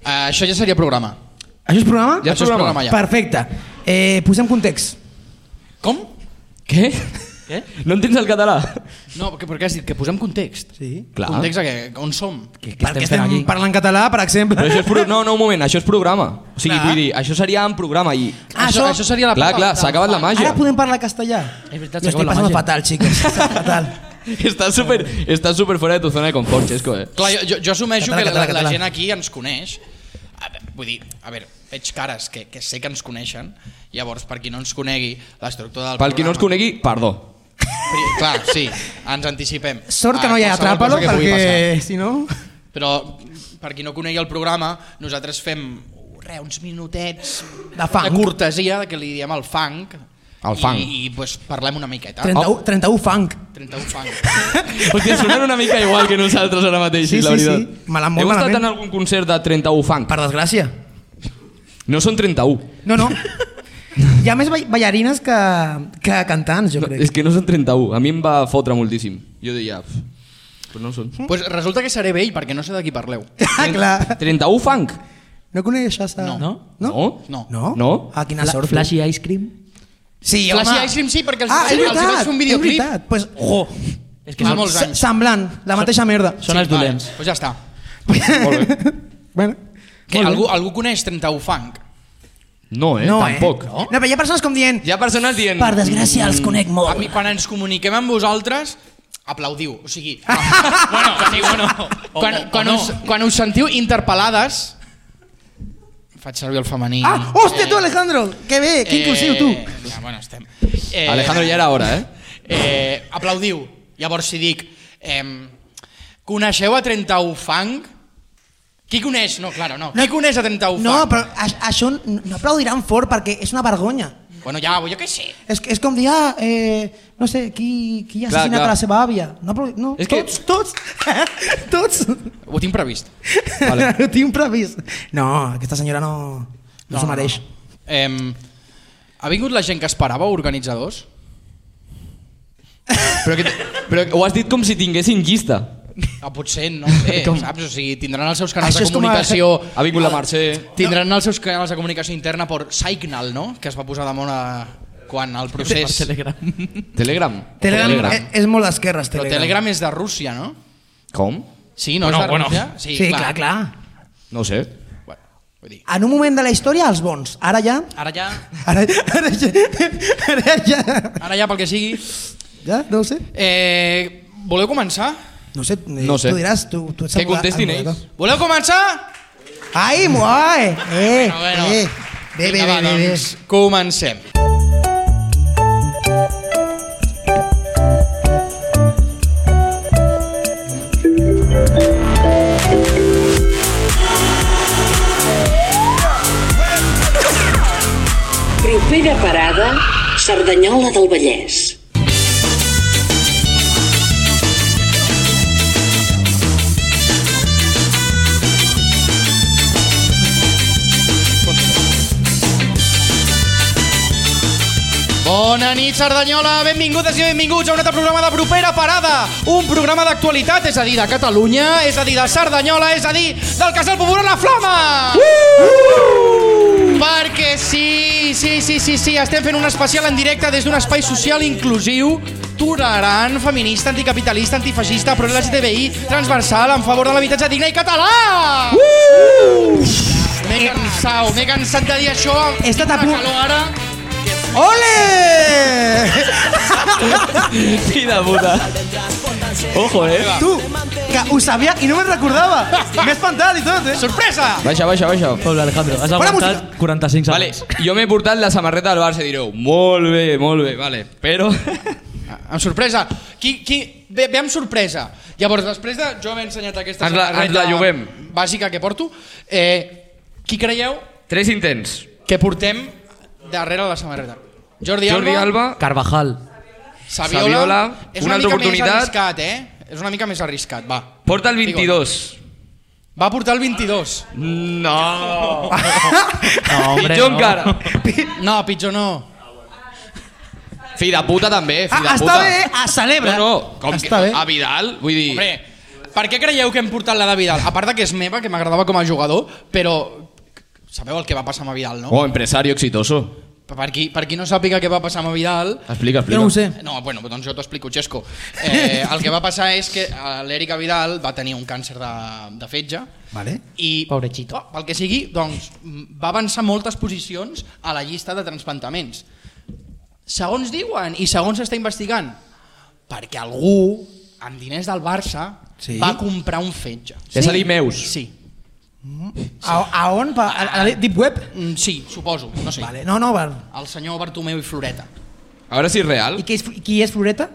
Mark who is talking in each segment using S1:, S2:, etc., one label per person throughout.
S1: Eh, això ja seria programa.
S2: Això és programa?
S1: Ja Això és programa. programa, ja.
S2: Perfecte. Eh, posem context.
S1: Com?
S3: Què?
S1: Què?
S3: No entens el català?
S1: No, perquè, perquè has dit que posem context.
S2: Sí.
S3: Clar.
S1: Context a què? On som?
S3: Què, què
S2: Perquè
S3: estem
S2: estem
S3: fent aquí?
S2: parlant català, per exemple.
S3: Però això és pro... No, no, un moment, això és programa. O sigui,
S2: Clar.
S3: vull dir, això seria en programa i...
S2: Ah,
S1: això,
S2: això-
S1: això seria la
S3: Clar,
S1: part
S3: clar,
S1: del-
S3: s'ha acabat la
S1: del-
S3: màgia.
S2: Ara podem parlar castellà.
S3: És veritat,
S2: Lo estic
S3: s'acaba la
S2: passant
S3: màgia.
S2: fatal, xiques. fatal.
S3: Està super, està super fora de tu zona de confort, Xesco, eh?
S1: Clar, jo, jo, jo assumeixo
S2: Català,
S1: que la, la,
S2: català,
S1: la
S2: català.
S1: gent aquí ens coneix. A ve- Vull dir, a veure, veig cares que, que sé que ens coneixen, llavors, per qui no ens conegui, l'estructura del
S3: Pel qui no ens
S1: programa-
S3: conegui, perdó.
S1: Pri- Clar, sí, ens anticipem.
S2: Sort que
S1: a
S2: no hi ha
S1: qualsevol cosa
S2: Atrápalo,
S1: que pugui
S2: perquè si no...
S1: passar. Però, per qui no conegui el programa, nosaltres fem uh, re, uns minutets
S2: De fang.
S1: de cortesia, que li diem el fang,
S3: El fang.
S1: i, i pues, parlem una miqueta.
S2: 31, 31 funk.
S1: 31 fang.
S3: Hòstia, sonen una mica igual que nosaltres ara mateix,
S2: Sí,
S3: la
S2: sí,
S3: veritat.
S2: sí. Me l'han molt
S3: Heu estat
S2: malament.
S3: en algun concert de 31 funk?
S2: Per desgràcia.
S3: No són 31.
S2: No, no. Hi ha més ba- ballarines que, que cantants, jo
S3: No,
S2: crec.
S3: és que no són 31. A mi em va fotre moltíssim. Jo deia... "Pf, Però no són.
S1: pues resulta que seré vell perquè no sé de qui parleu.
S2: Ah, clar.
S3: 31 funk?
S2: No coneixes a...
S1: No.
S2: No?
S1: No.
S2: No?
S3: No.
S2: Ah, quina sort. tu.
S4: Flashy Ice Cream.
S2: Sí,
S1: Flashy
S2: home.
S1: Ice Cream sí, perquè els-
S2: ah, és
S1: els hi
S2: veritat,
S1: vaig fer un
S2: És
S1: videoclip.
S2: veritat. Pues, ojo.
S4: És
S1: que Fa són- molts anys.
S2: Semblant, la mateixa merda.
S4: Són els dolents.
S1: Vale, pues ja està.
S2: Bueno.
S1: Que
S2: Molt bé.
S1: algú, algú coneix 31 Funk?
S3: No, eh? Tampoc.
S2: No? no, però hi ha persones com dient...
S3: Hi ha persones dient...
S2: Per desgràcia, els conec
S1: A
S2: molt.
S1: mi, quan ens comuniquem amb vosaltres, aplaudiu. O sigui, bueno, sí, bueno. Quan,
S4: o- o
S1: quan,
S4: no.
S1: us, quan us sentiu interpel·lades, faig servir el femení.
S2: Ah, hòstia, tu, Alejandro! Que bé, que inclusiu, tu.
S1: Ja, bueno, estem. Eh,
S3: Alejandro ja era hora, eh?
S1: Eh, aplaudiu. Llavors, si dic... Eh, coneixeu a 31 Funk? Qui coneix? No, claro, no. Qui coneix a 31
S2: No,
S1: Funk?
S2: però a- això no aplaudiran fort perquè és una vergonya.
S1: Bueno, ja, jo què sé.
S2: És, que- és com dir, ah, eh, no sé, qui, qui ha
S3: Clar,
S2: assassinat
S3: clar.
S2: la seva àvia. No, però, no,
S3: És que-
S2: tots, tots, tots.
S1: Ho tinc previst.
S3: Vale.
S2: Ho tinc previst. No, aquesta senyora no, no, s'ho mereix.
S1: no. Em, ha vingut la gent que esperava, organitzadors?
S3: Però, que, però ho has dit com si tinguessin llista.
S1: Ah, potser, no ho sé,
S3: Com?
S1: saps? O sigui, tindran els seus canals
S2: Això
S1: de
S2: és com a-
S1: comunicació...
S3: Oh, Ha vingut la
S2: Ah,
S3: Mercè.
S1: Tindran els seus canals de comunicació interna per Signal, no? Que es va posar de moda quan el procés...
S4: Telegram.
S3: Telegram.
S2: Telegram, eh. Telegram. És, molt d'esquerres,
S1: Però
S2: Telegram.
S1: Telegram és de Rússia, no?
S3: Com?
S1: Sí, no és de Rússia?
S2: Sí, sí clar, clar.
S3: No ho sé.
S1: Bueno, vull dir,
S2: En un moment de la història, els bons. Ara ja...
S1: ara ja,
S2: Ara, ara ja... Ara ja...
S1: ara ja pel que sigui...
S2: Ja, no ho sé.
S1: Eh, voleu començar?
S2: No ho sé, eh,
S3: No ho sé.
S2: tu diràs, tu, tu ets
S3: Que
S2: el moda-
S3: contestin
S2: el moderador.
S1: Voleu començar?
S2: Ai, moai! Eh,
S1: Bueno, bueno.
S2: eh. Bé,
S1: Vinga,
S2: bé, bé,
S1: va,
S2: bé, bé.
S1: doncs, Comencem.
S5: Propera parada, Cerdanyola del Vallès.
S1: Bona nit, Cerdanyola! Benvingudes i benvinguts a un altre programa de Propera Parada! Un programa d'actualitat, és a dir, de Catalunya, és a dir, de Cerdanyola, és a dir, del Casal Popular La Flama! Perquè sí, sí, sí, sí, sí, estem fent un especial en directe des d'un espai social inclusiu, tolerant, feminista, anticapitalista, antifeixista, pro LGTBI, transversal, en favor de l'habitatge digne i català! M'he cansat, m'he cansat de dir això.
S2: He estat a
S1: Tinc una
S2: punt-
S1: calor ara.
S2: Ole!
S3: Quina puta. Ojo, eh?
S2: Tu, que ho sabia i no me'n recordava. M'he espantat i tot, eh?
S1: Sorpresa!
S3: Baixa, baixa, baixa.
S4: Pablo Alejandro, has
S2: Bona
S4: aguantat
S2: música.
S4: 45
S3: Vale,
S4: segons.
S3: jo m'he portat la samarreta del Barça, direu, molt bé, molt bé, vale, però...
S1: Amb sorpresa. Qui, qui... Ve, ve amb sorpresa. Llavors, després de... Jo m'he ensenyat aquesta
S3: Ens la- ens la lloguem.
S1: bàsica que porto. Eh, qui creieu
S3: Tres intents.
S1: que portem darrere la samarreta? Jordi Alba,
S3: Jordi Alba,
S4: Carvajal.
S1: Saviola.
S3: Saviola,
S1: És una,
S3: una
S1: mica
S3: altra oportunitat.
S1: més arriscat, eh? És una mica més arriscat, va.
S3: porta el
S1: Digo,
S3: 22.
S1: Va portar el 22.
S3: No!
S4: No, hombre,
S3: Pitjor
S4: no.
S3: encara.
S1: No, pitjor no.
S3: Fi de puta també, fi de
S2: Ah,
S3: puta.
S2: està bé, eh? Ah, celebra.
S3: No, no, com
S2: Està
S1: ah.
S3: que,
S2: bé.
S3: a Vidal, vull dir...
S1: Hombre, Per què creieu que hem portat la de Vidal? A part de que és meva, que m'agradava com a jugador, però sabeu el que va passar amb Vidal, no?
S3: Oh, empresario exitoso.
S1: Per qui, per qui no sàpiga què va passar amb Vidal,
S3: Explica, explica.
S2: Jo no ho sé.
S1: No, bueno, doncs jo t'ho explico, Xesco. Eh, el que va passar és que eh, l'Èrica Vidal va tenir un càncer de, de fetge
S2: Vale.
S1: i,
S4: Pobrecito.
S1: oh, pel que sigui, doncs, mm, va avançar moltes posicions a la llista de transplantaments. Segons diuen i segons s'està investigant, perquè algú amb diners del Barça
S2: Sí?
S1: sí? va comprar un fetge.
S3: És a dir, meus.
S1: Sí,
S2: A, a on? Pa, a, a la Deep Web?
S1: Mm, sí suposo, no sé.
S2: Vale. No, no, val.
S1: El senyor Bartomeu i Floreta,
S3: A veure si és real.
S2: I qui és, qui és Floreta?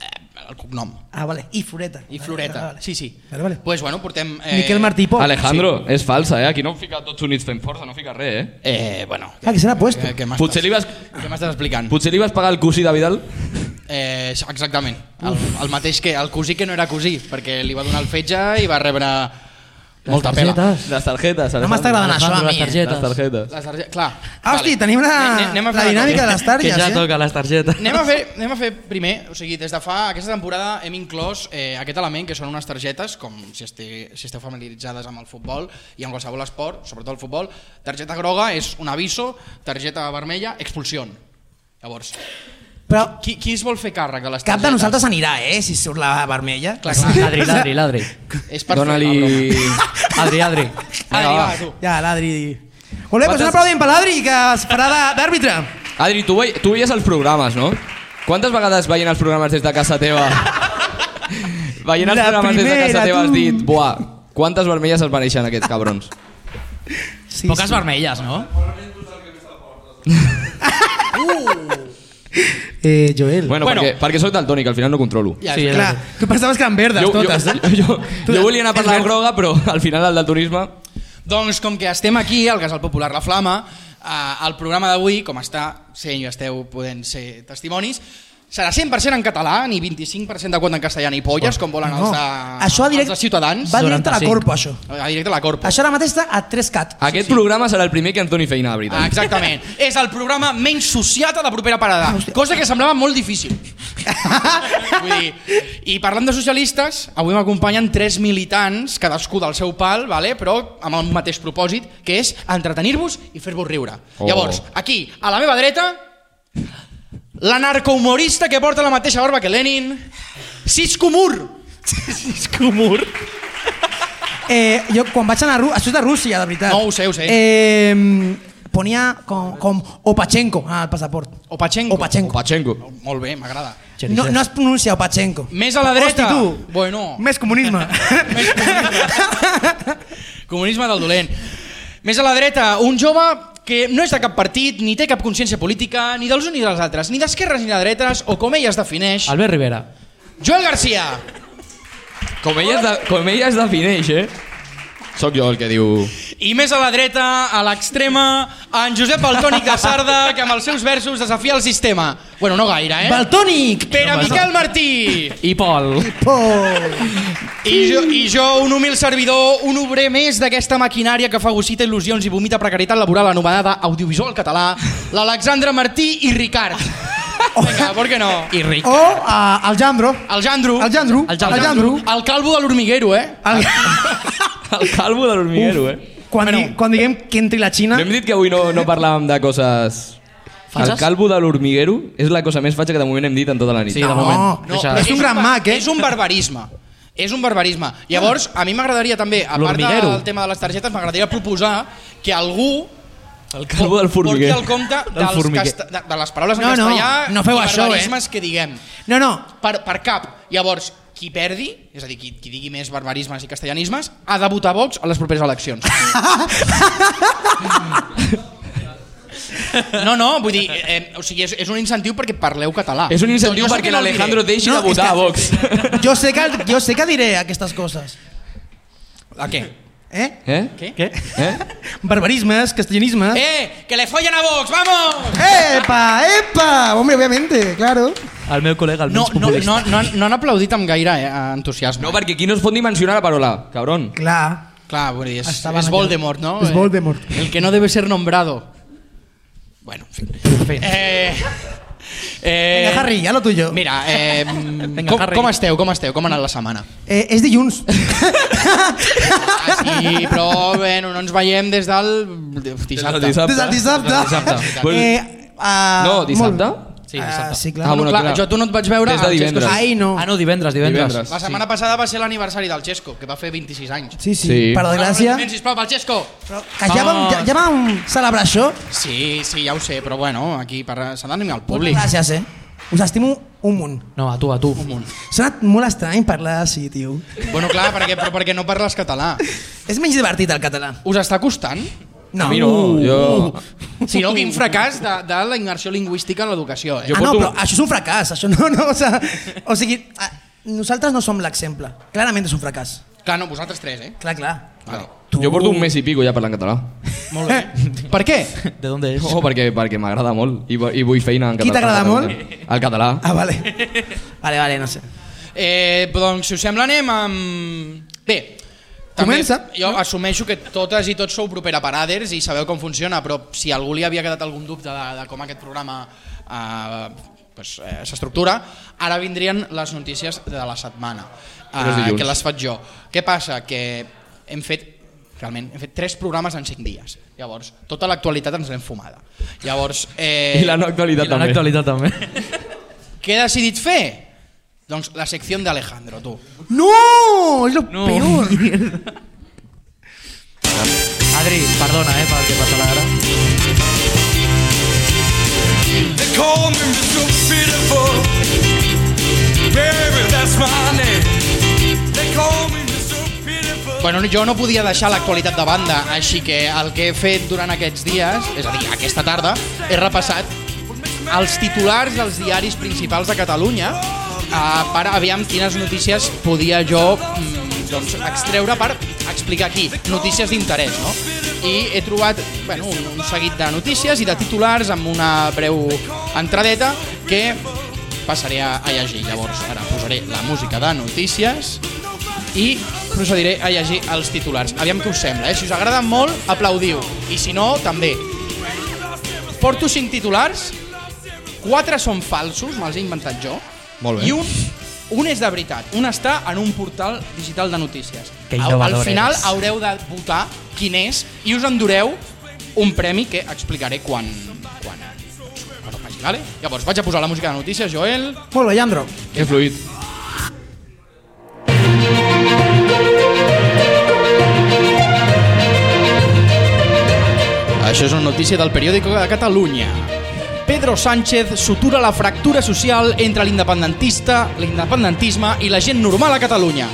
S1: Eh, el cognom.
S2: Ah, vale. I Floreta.
S1: I
S2: Vale,
S1: Floreta,
S2: vale, vale.
S1: sí, sí.
S2: Vale, vale.
S1: Pues bueno, portem...
S2: Eh... Miquel Martí i Pol.
S3: Alejandro, és falsa, eh? Aquí no fica tots units fent força, no fica res, eh?
S1: Eh, bueno,
S2: Ah, que se n'ha puesto.
S1: Què, què m'estàs-
S3: Potser li vas,
S1: què m'estàs explicant?
S3: potser li vas pagar el cosí de Vidal?
S1: Eh, exactament. El, el mateix que el cosí que no era cosí, perquè li va donar el fetge i va rebre molta pela.
S4: targetes.
S3: Les targetes, Alejandro.
S2: No m'està agradant això a
S4: Alejandro,
S2: mi.
S4: les
S2: Eh?
S4: targetes.
S3: Les targetes.
S1: Les targe- clar.
S2: Ah, hosti, tenim la,
S1: Anem- anem a fer
S2: la
S1: una
S2: dinàmica
S1: cosa.
S2: de les targes,
S4: que ja
S2: eh?
S4: toca les targetes.
S1: Anem a, fer, anem a fer primer, o sigui, des de fa aquesta temporada hem inclòs eh, aquest element que són unes targetes, com si, este, si esteu familiaritzades amb el futbol i amb qualsevol esport, sobretot el futbol, targeta groga és un aviso, targeta vermella, expulsió. Llavors,
S2: Però
S1: qui, qui es vol fer càrrec de les targetes?
S2: cap de nosaltres anirà, eh? Si surt la vermella.
S1: Clar, clar.
S4: Ladri, ladri, ladri.
S1: És per fer-
S3: Dóna-li...
S4: Adri, Adri.
S1: Adri, va, tu.
S2: Ja, l'Adri... Ole, pues
S3: Quantes-
S2: un aplaudiment per l'Adri, que es farà de- d'àrbitre.
S3: Adri, tu, vei, tu veies els programes, no? Quantes vegades veient els programes des de casa teva? veient els
S2: La
S3: programes des de
S2: primera,
S3: casa teva has
S2: tu.
S3: dit, buah, quantes vermelles es mereixen aquests cabrons?
S2: Sí,
S4: Poques vermelles, no?
S2: Eh, Joel.
S3: Bueno,
S1: Bueno.
S3: bueno. perquè, perquè soc daltònic, al final no controlo.
S1: Ja,
S4: Sí,
S1: és-
S2: Clar, tu pensaves que eren verdes
S3: jo,
S2: totes,
S3: jo,
S2: eh?
S3: jo,
S2: Tu-
S3: jo, jo volia anar a parlar
S2: és
S3: amb
S2: ver-
S3: groga, però al final el daltonisme...
S1: Doncs com que estem aquí, al Casal Popular La Flama, eh, el programa d'avui, com està sent i esteu podent ser testimonis, serà 100% en català, ni 25% de quota en castellà ni polles, com volen els de,
S2: Oh, això a direct...
S1: els de Ciutadans.
S2: Va directe a la
S4: 95.
S2: Corpo, això.
S1: A directe a la Corpo.
S2: Això ara mateix està a 3CAT.
S3: Aquest sí, sí. programa serà el primer que ens doni feina, de veritat.
S1: Ah, exactament. És el programa menys sociat a la propera parada, cosa que semblava molt difícil. Vull dir, I parlant de socialistes, avui m'acompanyen tres militants, cadascú del seu pal, vale? però amb el mateix propòsit, que és entretenir-vos i fer-vos riure.
S3: Oh.
S1: Oh. Llavors, aquí, a la meva dreta, la narcohumorista que porta la mateixa barba que Lenin, Sisco Mur. Sisco Mur?
S2: Eh, jo quan vaig anar a Rússia, això és de Rússia, de veritat.
S1: No, ho sé, ho sé.
S2: Eh, ponia com, com Opachenko al passaport.
S1: Opachenko.
S2: Opachenko.
S3: Pachenko.
S1: Molt bé, m'agrada.
S2: No, no es pronuncia Opachenko.
S1: Més a la dreta.
S2: Hosti, tu.
S1: Bueno.
S2: Més comunisme.
S1: Més comunisme. Comunisme del dolent. Més a la dreta, un jove que no és de cap partit, ni té cap consciència política, ni dels uns ni dels altres, ni d'esquerres ni de dretes, o com ell es defineix,
S4: Albert Rivera.
S1: Joel Garcia.
S3: Com ella, es de, com ella es defineix, eh? Soc jo el que diu...
S1: I més a la dreta, a l'extrema, en Josep Baltònic de Sarda, que amb els seus versos desafia el sistema. Bueno, no gaire, eh?
S2: Baltònic!
S1: Pere Miquel Martí.
S4: I Pol.
S2: Oh.
S1: I jo, I jo, un humil servidor, un obrer més d'aquesta maquinària que fagocita il·lusions i vomita precarietat laboral anomenada audiovisual català, l'Alexandre Martí i Ricard. Vinga, per què no?
S4: I Ric.
S2: O uh, el Jandro.
S1: El Jandro.
S2: El Jandro.
S4: El Jandro.
S1: El calvo de l'hormiguero, eh?
S2: El...
S3: El calvo de l'hormiguero, eh?
S2: quan,
S1: Bueno.
S2: di, quan diguem que entri la Xina...
S3: No hem dit que avui no, no parlàvem de coses...
S4: Falses?
S3: El calvo de l'hormiguero és la cosa més fatxa que de moment hem dit en tota la nit.
S4: Sí, de
S2: No,
S4: moment.
S2: no,
S4: Deixa-
S2: però és un gran
S1: bar-
S2: mag, eh?
S1: És un barbarisme. És un barbarisme. Llavors, a mi m'agradaria també, a part
S4: L'hormiguero.
S1: del tema de les targetes, m'agradaria proposar que algú
S3: El calvo del
S1: porti
S3: formiguer.
S1: el compte
S3: Del
S1: dels
S3: formiguer.
S1: casta- de, de les paraules en
S2: No, no,
S1: castellà
S2: no feu
S1: i
S2: això, eh?
S1: barbarismes que diguem.
S2: No, no.
S1: per, per cap. Llavors, qui perdi, és a dir, qui, qui digui més barbarismes i castellanismes, ha de votar Vox a les properes eleccions. No, no, vull dir, eh, eh, o sigui, és, és un incentiu perquè parleu català.
S3: És un incentiu
S1: Doncs jo sé
S3: perquè
S1: que no el diré.
S3: l'Alejandro deixi
S2: No,
S3: de votar a Vox.
S2: és Jo sé que, jo sé que diré aquestes coses.
S1: A què?
S2: Eh?
S3: Eh?
S1: Què?
S4: Què?
S3: Eh?
S2: Barbarismes, castellanismes...
S1: Eh, que le follen a Vox, vamos!
S2: ¡Epa! ¡Epa! Hombre, obviamente, claro.
S4: El meu col·lega, el
S1: No,
S4: menys
S1: no,
S4: populista.
S1: no, no, han- no han aplaudit amb gaire eh, entusiasme.
S3: No, perquè aquí no es pot ni mencionar la paraula, cabron.
S2: Claro.
S1: Clar, vull dir, és,
S2: Estaven
S1: és
S2: allà.
S1: Voldemort, no?
S2: És
S1: Eh,
S2: Voldemort.
S1: El que no debe ser nombrado. Bueno, en fi. Eh, Eh,
S2: Vinga, Harry, ja lo tuyo.
S1: Mira, eh,
S4: Vinga,
S1: com,
S4: Harry.
S1: com esteu? Com esteu? Com ha anat la setmana?
S2: Eh, és dilluns.
S1: Ah, sí, però bueno, no ens veiem des del dissabte.
S3: Des del
S2: Des del dissabte.
S3: Des del dissabte.
S2: Eh, ah,
S3: No, dissabte?
S2: Molt.
S4: Sí, dissabte.
S2: Ah, sí, clar.
S3: Ah,
S1: No,
S3: bueno,
S1: clar,
S3: clar.
S1: jo a tu no et vaig veure.
S3: Des de
S1: al Xesco
S3: divendres.
S1: sí.
S2: Ai, no.
S4: Ah, no, divendres, divendres.
S3: Divendres.
S1: La setmana passada va ser l'aniversari del Xesco, que va fer 26 anys.
S2: Sí, sí,
S3: Sí.
S2: sí. per
S1: Un
S2: desgràcia.
S1: aplaudiment, Sisplau, pel Xesco!
S2: Però que ja vam, ja, ja vam celebrar això.
S1: Sí, sí, ja ho sé, però bueno, aquí per... s'ha d'animar al
S2: Moltes
S1: públic.
S2: gràcies, eh? Us estimo un munt.
S4: No, a tu, a tu.
S2: S'ha anat molt estrany parlar així, tio.
S1: Bueno, clar, perquè, però perquè no parles català.
S2: És menys divertit el català.
S1: Us està costant?
S2: No.
S3: A mi no, jo...
S1: Si no, quin fracàs de, de la immersió lingüística a l'educació, eh?
S3: Jo
S2: ah, no,
S3: porto-
S2: però això és un fracàs. Això no, no, o, sea, o sigui, ah, nosaltres no som l'exemple. Clarament és un fracàs.
S1: Clar, no, vosaltres tres, eh?
S2: Clar, clar.
S3: Ah,
S1: Vale.
S2: Tu.
S3: Jo porto un mes i pico ja parlant català.
S1: Molt bé. per què?
S4: De dónde es?
S3: Oh, perquè perquè m'agrada molt i, vu- i vull feina en català.
S2: Qui t'agrada molt?
S3: El català.
S2: Ah, vale. Vale, vale, no sé.
S1: Eh, doncs, si us sembla, anem amb... Bé,
S2: Comença.
S1: jo assumeixo que totes i tots sou properaparaders i sabeu com funciona, però si a algú li havia quedat algun dubte de, de com aquest programa eh, pues, eh, s'estructura, ara vindrien les notícies de la setmana,
S3: Però és
S1: eh,
S3: dilluns.
S1: que les faig jo. Què passa? Que hem fet realment, hem fet tres programes en cinc dies. Llavors, tota l'actualitat ens l'hem fumada. Llavors, eh,
S3: I la no actualitat
S4: la
S3: també.
S4: actualidad también.
S1: què he decidit fer? Doncs la secció d'Alejandro, tu.
S2: No! És lo no. peor.
S4: Adri, perdona, eh, pel que passa ara.
S6: They call me Mr. Pitiful. Baby, that's my name. They call me Mr. Pitiful.
S1: Bueno, jo no podia deixar l'actualitat de banda, així que el que he fet durant aquests dies, és a dir, aquesta tarda, he repassat els titulars dels diaris principals de Catalunya eh, per aviam quines notícies podia jo mm, doncs, extreure per explicar aquí, notícies d'interès, no? I he trobat bueno, un, un seguit de notícies i de titulars amb una breu entradeta que passaré a, a llegir. Llavors, ara posaré la música de notícies i procediré a llegir els titulars. Aviam què us sembla, eh? Si us agrada molt, aplaudiu. I si no, també. Porto cinc titulars, quatre són falsos, me'ls he inventat jo.
S3: Molt bé.
S1: I un, un és de veritat, un està en un portal digital de notícies.
S4: Que
S1: Al- Al
S4: innovador
S1: final
S4: eres.
S1: haureu de votar quin és i us endureu un premi que explicaré quan, quan, quan ho faci, vale? Llavors, vaig a posar la música de notícies, Joel.
S2: Molt bé, Jandro.
S3: Que fluid.
S1: Això és una notícia del periòdico de Catalunya. Pedro Sánchez sutura la fractura social entre l'independentista, l'independentisme i la gent normal a Catalunya.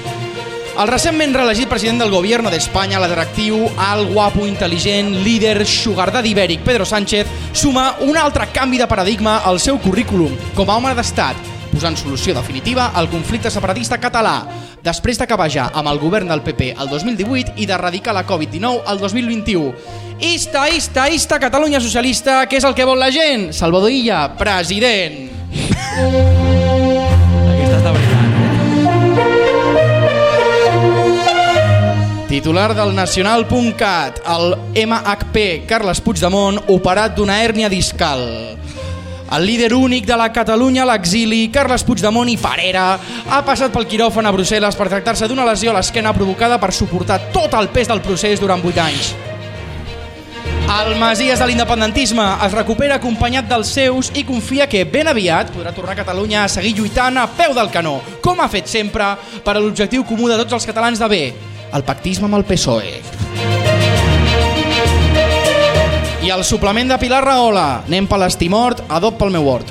S1: El recentment reelegit president del govern d'Espanya, l'atractiu, alt, guapo, intel·ligent, líder, sugar daddy ibèric Pedro Sánchez, suma un altre canvi de paradigma al seu currículum com a home d'estat, posant solució definitiva al conflicte separatista català, després de cabejar amb el govern del PP el 2018 i d'erradicar la Covid-19 el 2021. Ista, ista, ista, Catalunya socialista, què és el que vol la gent? Salvador Illa, president.
S4: Aquesta està brillant, eh?
S1: Titular del nacional.cat, el MHP Carles Puigdemont, operat d'una hèrnia discal. El líder únic de la Catalunya a l'exili, Carles Puigdemont i Parera, ha passat pel quiròfan a Brussel·les per tractar-se d'una lesió a l'esquena provocada per suportar tot el pes del procés durant 8 anys. El Masies de l'independentisme es recupera acompanyat dels seus i confia que ben aviat podrà tornar a Catalunya a seguir lluitant a peu del canó, com ha fet sempre, per a l'objectiu comú de tots els catalans de bé, el pactisme amb el PSOE. I el suplement de Pilar Rahola, nen palestí mort, adob pel meu hort.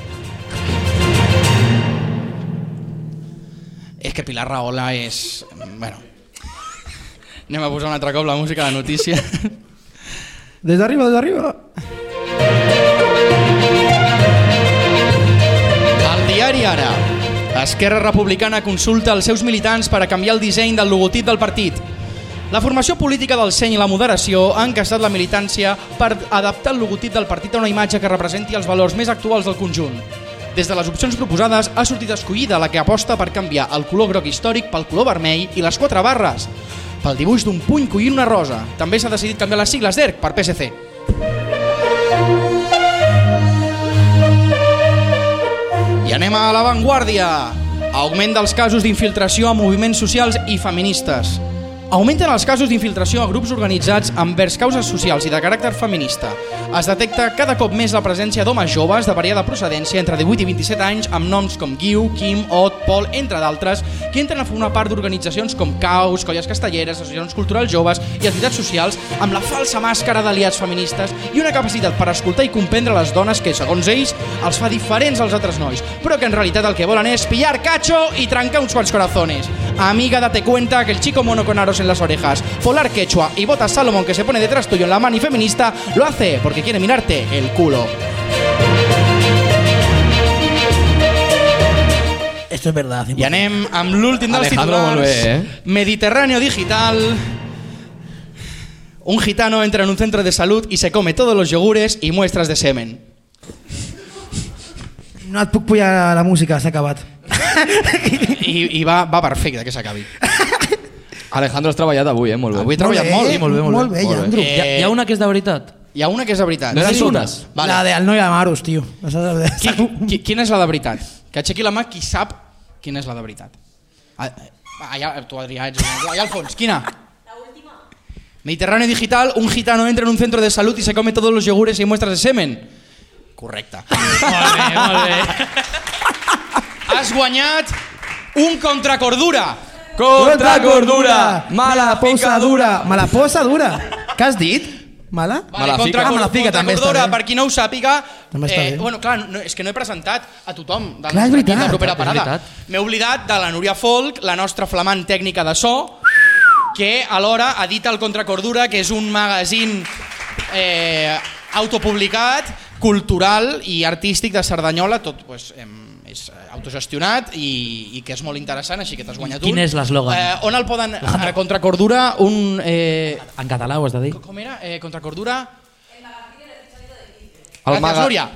S1: És que Pilar Rahola és... Bueno... Anem a posar un altre cop la música de notícia.
S2: Des d'arriba, des d'arriba.
S1: El diari Ara. Esquerra Republicana consulta els seus militants per a canviar el disseny del logotip del partit. La formació política del seny i la moderació ha encastat la militància per adaptar el logotip del partit a una imatge que representi els valors més actuals del conjunt. Des de les opcions proposades ha sortit escollida la que aposta per canviar el color groc històric pel color vermell i les quatre barres, pel dibuix d'un puny collint una rosa. També s'ha decidit canviar les sigles d'ERC per PSC. I anem a l'avantguàrdia. Augment dels casos d'infiltració a moviments socials i feministes. Augmenten els casos d'infiltració a grups organitzats envers causes socials i de caràcter feminista. Es detecta cada cop més la presència d'homes joves de variada procedència entre 18 i 27 anys amb noms com Guiu, Kim, Ot, Pol, entre d'altres, que entren a formar part d'organitzacions com Caus, Colles Castelleres, Associacions Culturals Joves i entitats socials amb la falsa màscara d'aliats feministes i una capacitat per escoltar i comprendre les dones que, segons ells, els fa diferents als altres nois, però que en realitat el que volen és pillar cacho i trencar uns quants corazones. Amiga, date cuenta que el chico mono con aros en las orejas, polar quechua y botas Salomón que se pone detrás tuyo en la mano y feminista, lo hace porque quiere mirarte el culo.
S2: Esto es verdad.
S1: I anem amb l'últim dels
S3: Alejandro,
S1: titulars.
S3: molt bé, eh?
S1: Mediterráneo digital. Un gitano entra en un centro de salud y se come todos los yogures y muestras de semen.
S2: No et puc pujar la música, s'ha acabat.
S1: I, i va, va perfecte que s'acabi.
S3: Alejandro, has treballat avui, eh? Molt bé.
S1: Avui he treballat molt.
S2: eh? Ah, molt bé, molt bé. Molt bé,
S3: molt bé.
S2: Leandro.
S1: Eh,
S4: Hi ha, hi ha una que és de veritat?
S1: Hi ha una que és de veritat.
S3: No eren
S1: Sí.
S3: dues?
S1: Vale.
S2: La de Alno i Amarus, tio. La saps de...
S1: Qui, qui, quina és la de veritat? Que aixequi la mà qui sap quina és la de veritat. Ah, ah, Allà, tu Adrià, ets... Allà al fons, quina? Mediterráneo Digital, un gitano entra en un centro de salud y se come todos los yogures y muestras de semen. Correcte.
S4: Molt bé, molt bé.
S1: Has guanyat un contra cordura.
S3: Contra cordura, mala
S2: posa
S3: picadura.
S2: dura. Mala posa dura. Què has dit? Mala?
S1: Vale,
S3: la
S1: contra,
S3: fica.
S1: cor-
S2: Ah, me la fica,
S1: contra
S2: també està
S1: cordura,
S2: bé.
S1: per qui no ho sàpiga. eh,
S2: També està bé.
S1: bueno, clar, no, és que no he presentat a tothom de
S2: Clar, és veritat.
S1: la propera
S4: És
S1: parada.
S4: veritat.
S1: M'he oblidat de la Núria Folk, la nostra flamant tècnica de so, que alhora edita el Contra Cordura, que és un magazín eh, autopublicat, cultural i artístic de Cerdanyola, tot pues, em, és eh, autogestionat i, i que és molt interessant, així que t'has guanyat
S4: Quin
S1: un.
S4: és l'eslògan?
S1: Eh, on el poden... A Contra Cordura, un... Eh,
S4: En català ho has de dir.
S1: com era? Eh, Contra Cordura...
S3: El
S1: Gràcies,
S3: maga-
S1: Núria.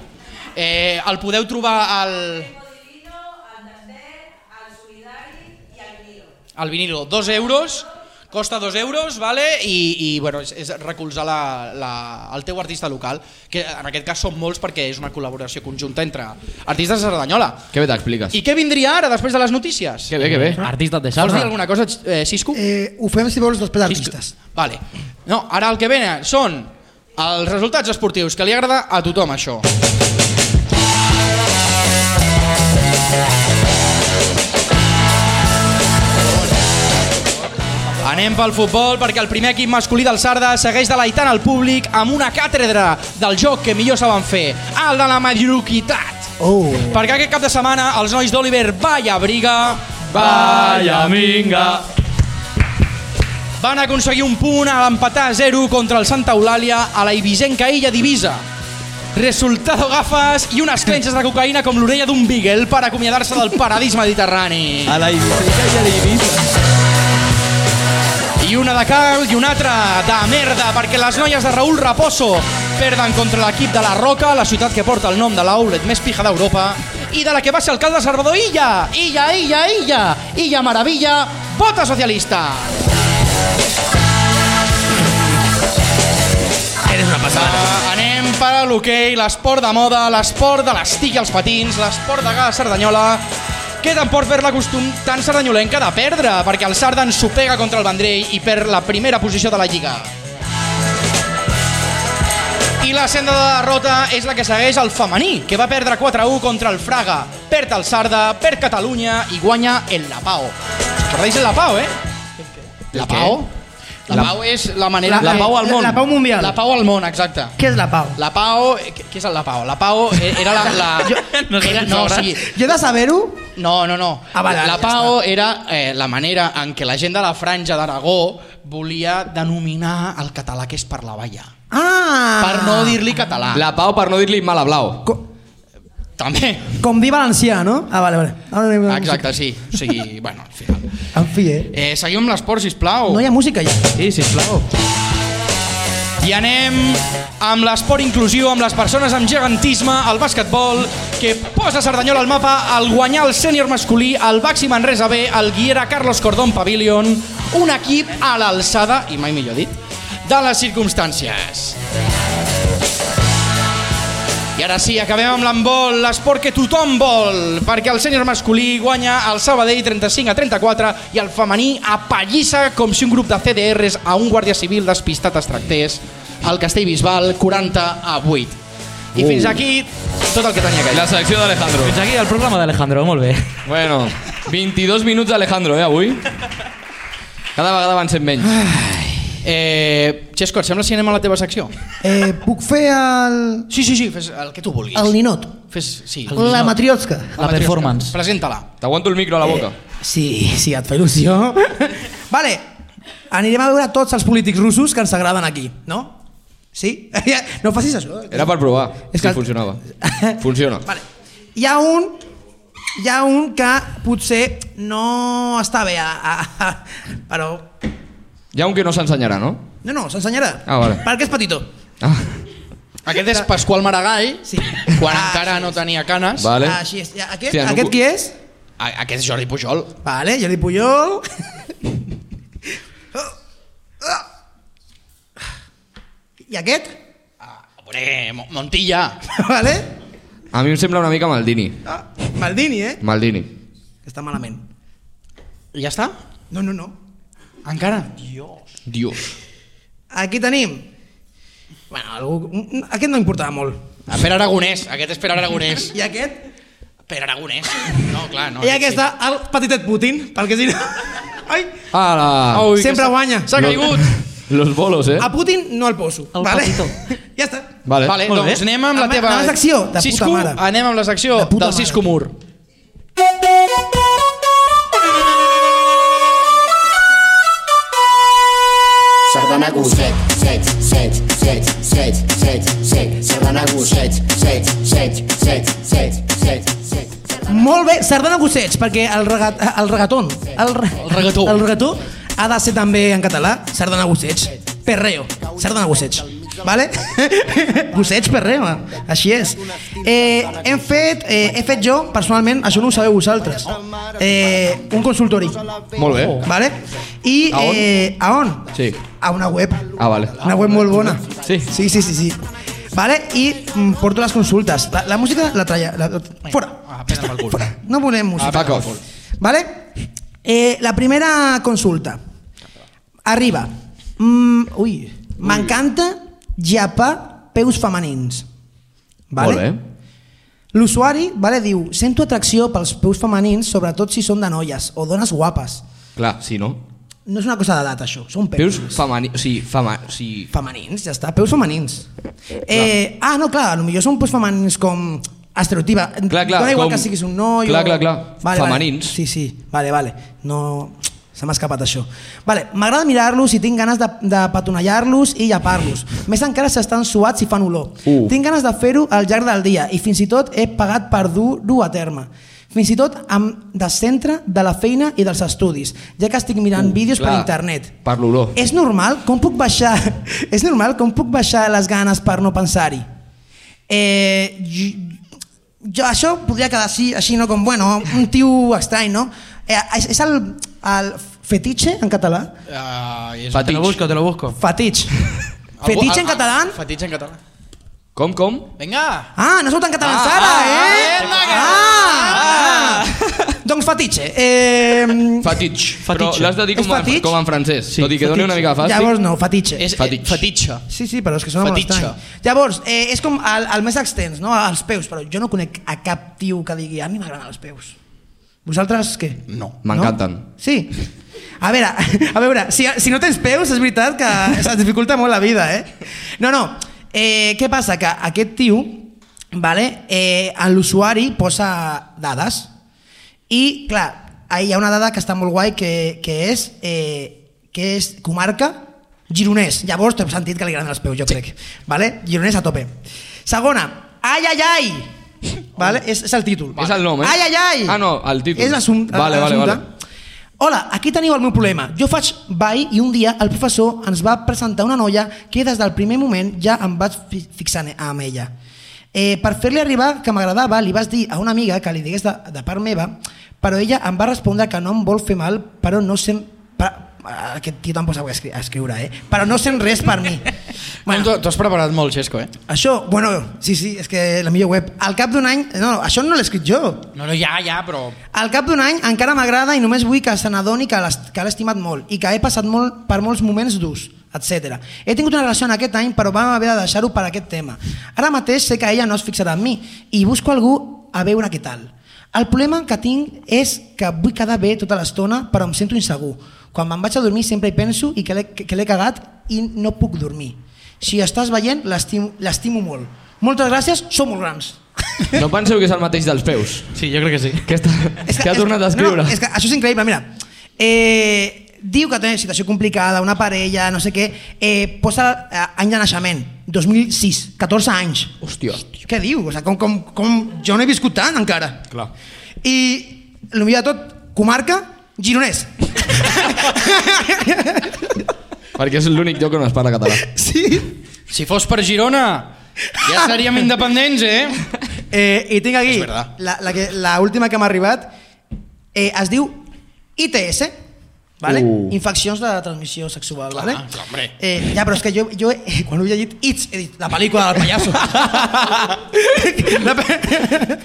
S1: Eh, el podeu trobar al... Al vinilo, dos euros, costa dos euros, vale? I, i bueno, és, és recolzar la, la, el teu artista local, que en aquest cas són molts perquè és una col·laboració conjunta entre artistes de Cerdanyola.
S3: Que bé t'expliques.
S1: I què vindria ara, després de les notícies?
S3: Que bé, que bé.
S4: Artistes de
S1: Vols
S4: Sarra.
S1: dir alguna cosa, eh, Cisco?
S2: Eh, ho fem si vols després d'artistes.
S1: Vale. No, ara el que venen són els resultats esportius, que li agrada a tothom això. Anem pel futbol perquè el primer equip masculí del Sarda segueix deleitant el públic amb una càtedra del joc que millor saben fer, el de la mediocritat.
S2: Oh.
S1: Perquè aquest cap de setmana els nois d'Oliver Vallabriga...
S4: Vaya minga.
S1: Van aconseguir un punt a l'empatar a 0 contra el Santa Eulàlia a la Ibisenca Illa Divisa. Resultado gafes i unes clenxes de cocaïna com l'orella d'un Beagle per acomiadar-se del paradís mediterrani.
S4: la Ibiza i a l'Ibiza.
S1: I una de cal i una altra de merda perquè les noies de Raül Raposo perden contra l'equip de la Roca, la ciutat que porta el nom de l'outlet més pija d'Europa i de la que va ser alcalde Salvador Illa. Illa, Illa, Illa, Illa Maravilla, vota socialista.
S2: Eres una passada.
S1: Ah, anem per a l'hoquei, l'esport de moda, l'esport de l'estic i els patins, l'esport de gas Cerdanyola, que tampoc perd la costum tan sardanyolenca de perdre, perquè el Sardan s'opega contra el Vendrell i perd la primera posició de la Lliga. I la senda de derrota és la que segueix el femení, que va perdre 4-1 contra el Fraga. Perd el Sarda, perd Catalunya i guanya el La Pau. Recordeu el La Pau, eh? La Pau? La, Pau és la manera...
S2: La-
S1: que-
S2: la- la pau mundial.
S1: La Pau al món, exacte.
S2: Què és la pau?
S1: La Pau, eh, què és el La Pau? La Pau eh, era la... la
S2: Jo-
S1: no, era, no, o sigui,
S2: Jo he de saber-ho?
S1: no, no, no.
S2: Ah, vale,
S1: la
S2: ja
S1: Pau era eh, la manera en què la gent de la franja d'Aragó volia denominar el català que es parlava allà.
S2: Ah!
S1: Per no dir-li català. La...
S3: Ah. La Pau, per no dir-li mala blau.
S2: Co
S1: També.
S2: com dir valencià, no? Ah, vale, vale. Ara anem a la
S1: Exacte, sí. O sigui, bueno, al final.
S2: música. En fi, eh?
S1: Eh, seguim amb l'esport, sisplau.
S2: No hi ha música ja.
S4: Sí, sisplau.
S1: I anem amb l'esport inclusiu, amb les persones amb gegantisme, el bàsquetbol, que posa Cerdanyola al mapa al guanyar el sènior masculí, el Baxi Manresa B, el Guiera Carlos Cordón Pavilion, un equip a l'alçada, i mai millor dit, de les circumstàncies. I ara sí, acabem amb l'handbol, l'esport que tothom vol, perquè el sènior masculí guanya el Sabadell 35 a 34 i el femení apallissa com si un grup de CDRs a un guàrdia civil despistat es tractés al Castellbisbal 40 a 8. I fins aquí tot el que tenia que dir.
S3: La selecció d'Alejandro.
S4: Fins aquí el programa d'Alejandro, molt bé.
S3: Bueno, 22 minuts d'Alejandro, eh, avui. Cada vegada avancem menys.
S1: Eh, Xesco, et sembla si anem a la teva secció?
S2: Eh, puc fer el...
S1: Sí, sí, sí, fes el que tu vulguis.
S2: el ninot?
S1: Fes, sí.
S2: La matriotska.
S1: matriosca.
S4: La performance.
S1: Presenta-la.
S3: T'aguanto el micro a la boca.
S2: Sí, sí, et fa il·lusió. vale, anirem a veure tots els polítics russos que ens agraden aquí, no? Sí? No facis això.
S3: Era per provar
S2: És
S3: si
S2: que-
S3: funcionava. Funciona.
S2: Vale. Hi ha un hi ha un que potser no està bé, a, a, a, però...
S3: Hi ha un que no s'ensenyarà, no?
S2: No, no, s'ensenyarà.
S3: Ah, vale.
S2: Perquè és petitó.
S3: Ah,
S1: Aquest és Pasqual Maragall,
S2: Sí.
S1: quan
S2: Ah,
S1: encara no tenia canes.
S3: vale.
S2: Ah, així és. Ja, Aquest,
S3: Hòstia, no
S2: aquest
S3: puc-
S2: qui és?
S1: A- Aquest és Jordi Pujol.
S2: Vale, Jordi Oh, Puyol. I aquest?
S1: Hombre, Mo- Montilla.
S2: Vale?
S3: A mi em sembla una mica Maldini.
S2: Ah, Maldini, eh?
S3: Maldini.
S2: Està malament.
S1: Ja està?
S2: No, no, no.
S1: Encara?
S3: Dios.
S2: Aquí tenim... Bueno, algú... un- un- Aquest no importava molt.
S1: A Ah, Pere Aragonès, aquest és Pere Aragonès.
S2: I aquest?
S1: Pere Aragonès. No, clar, no.
S2: I aquest està el petitet Putin, perquè si no... Ai,
S3: Ala.
S1: Au. Ui,
S2: sempre
S1: que s'ha-
S2: guanya.
S1: s'ha caigut.
S3: Los bolos, eh?
S2: A Putin no el poso.
S4: El
S2: vale?
S4: petitó.
S2: Ja està.
S3: Vale.
S1: Vale,
S4: molt
S1: doncs
S4: bé.
S1: anem amb la
S2: Amb-
S1: teva...
S2: amb la secció, de puta
S1: Cisco,
S2: mare.
S1: anem amb la secció
S2: De puta
S1: del
S2: mare.
S1: Cisco Mur.
S7: Sardana gosset, set, set, set, set, set, set, sardana gosset, set, set, set, set, set, set.
S2: Molt bé, Sardana Gossets, perquè el, regat, el regaton... El, re-
S1: El regató.
S2: El regató ha de ser també en català Sardana Gossets. Perreo. Sardana Gossets. Vale? Gossets, perreo. Així és. Eh, hem fet, eh, he fet jo, personalment, això no ho sabeu vosaltres, eh, un consultori.
S3: Molt bé.
S2: Vale? I
S3: A on?
S2: eh, a on?
S3: Sí.
S2: A una web.
S3: Ah, vale.
S2: Una web molt bona.
S3: Sí.
S2: Sí, sí, sí, sí. Vale, i mm, porto les consultes. La, la música la traia... La, la, fora.
S1: Ah, Pere pel cul. Ah,
S2: No volem música.
S3: Fuck off.
S2: Vale? Eh, la primera consulta. Arriba. Mm, ui. M'encanta llepar peus femenins. Vale?
S3: Molt bé.
S2: L'usuari vale, diu, sento atracció pels peus femenins, sobretot si són de noies o dones guapes.
S3: Clar, sí, no?
S2: No és una cosa d'edat, això. Són peus.
S3: Peus femení... O sigui, fema... O sigui...
S2: Femenins, ja està. Peus femenins. Eh, ah, no, clar, potser són peus femenins com estereotipa.
S3: Clar, clar,
S2: Dona igual
S3: com-
S2: que siguis un noi
S3: clar,
S2: o...
S3: clar, clar. Femenins.
S2: Vale. Sí, sí, vale, vale. No... Se m'ha escapat això. Vale, m'agrada mirar-los i tinc ganes de, de petonallar-los i llepar-los. Més encara si estan suats i fan olor.
S3: Uh.
S2: Tinc ganes de fer-ho al llarg del dia i fins i tot he pagat per dur-ho a terme. Fins i tot em descentra de la feina i dels estudis, ja que estic mirant vídeos per
S3: Mm, clar.
S2: internet.
S3: Per l'olor.
S2: És normal? Com puc baixar? És normal? Com puc baixar les ganes per no pensar-hi? Eh, jo, jo, això podria quedar així, així, no? Com, bueno, un tio estrany, no? Eh, és, és el, el fetitxe en català?
S1: Uh,
S4: Te lo busco, te lo busco.
S2: Fetitx. Fetitxe en català?
S1: Fetitxe Ah, en català.
S3: Com, com?
S1: Vinga.
S2: Ah, no surt en català,
S1: Ah,
S2: Sara,
S1: ah,
S2: eh?
S1: venga, que-
S2: ah, ah. Doncs fetitxe. Eh,
S3: Fatitx. Però
S4: Fatitx.
S3: l'has de dir
S2: És
S3: com, a,
S2: fatitx?
S3: com en francès. Sí, Tot i que doni una mica de fàstic.
S2: Llavors no, fetitxe.
S1: És, eh,
S3: Fetitx.
S1: fetitxe.
S2: Sí, sí, però és que sona molt
S1: Fetitxe.
S2: estrany. Llavors, eh, és com el, el més extens, no? Els peus, però jo no conec a cap tio que digui a mi m'agraden els peus. Vosaltres què?
S1: No.
S3: M'encanten.
S2: No? Sí. A veure, a veure si, si no tens peus és veritat que se't dificulta molt la vida, eh? No, no. Eh, què passa? Que aquest tio, vale, eh, en l'usuari posa dades i, clar, ahí hi ha una dada que està molt guai que, que és eh, que és comarca gironès. Llavors t'he sentit que li agraden els peus, jo crec. Vale? Gironès a tope. Segona, ai, ai, ai! Vale? És, és el títol.
S3: És el nom, eh?
S2: Ai, ai, ai!
S3: Ah, no, el títol.
S2: És l'assumpte.
S3: Vale, vale,
S2: l'assumpte.
S3: vale.
S2: Hola, aquí teniu el meu problema. Jo faig ball i un dia el professor ens va presentar una noia que des del primer moment ja em vaig fi- fixar ne- amb ella. Eh, per fer-li arribar que m'agradava, li vas dir a una amiga que li digués de, de part meva, però ella em va respondre que no em vol fer mal, però no sent... Per, ah, aquest tio tampoc sap escri- escriure, eh? Però no sent res per mi.
S1: Bueno, tu t'ho has preparat molt, Xesco, eh?
S2: Això, bueno, sí, sí, és que la millor web. Al cap d'un any... No, això no l'he escrit jo.
S1: No, no, ja, ja, però...
S2: Al cap d'un any encara m'agrada i només vull que se n'adoni que l'est- que l'he estimat molt i que he passat molt per molts moments durs, etc. He tingut una relació en aquest any però vam haver de deixar-ho per aquest tema. Ara mateix sé que ella no es fixarà en mi i busco algú a veure què tal. El problema que tinc és que vull quedar bé tota l'estona però em sento insegur. Quan me'n vaig a dormir sempre hi penso i que l'he- que l'he cagat i no puc dormir. Si estàs veient, l'estim- l'estimo molt. Moltes gràcies, som molt grans.
S3: No penseu que és el mateix dels peus.
S4: Sí, jo crec que sí.
S3: Que, està,
S2: És
S3: que ha
S2: és
S3: tornat a escriure.
S2: No, és que això és increïble, mira. Eh, diu que té una situació complicada, una parella, no sé què, eh, posa eh, any de naixement, 2006, 14 anys.
S3: Hòstia.
S2: Què diu? O sigui, com, com, com jo no he viscut tant encara.
S3: Clar.
S2: I el millor de tot, comarca, Gironès.
S3: Perquè és l'únic lloc on es parla català.
S2: Sí.
S1: Si fos per Girona, ja seríem independents, eh?
S2: Eh, I tinc aquí
S1: És verdad.
S2: la, la, que, la última que m'ha arribat. Eh, es diu ITS, ¿vale?
S3: Uh.
S2: infeccions de transmissió sexual. ¿vale?
S1: sí, Ah, hombre.
S2: eh, ja, però és que jo, jo eh, quan ho he llegit, It's, he dit, la pel·lícula del pallasso. La pe-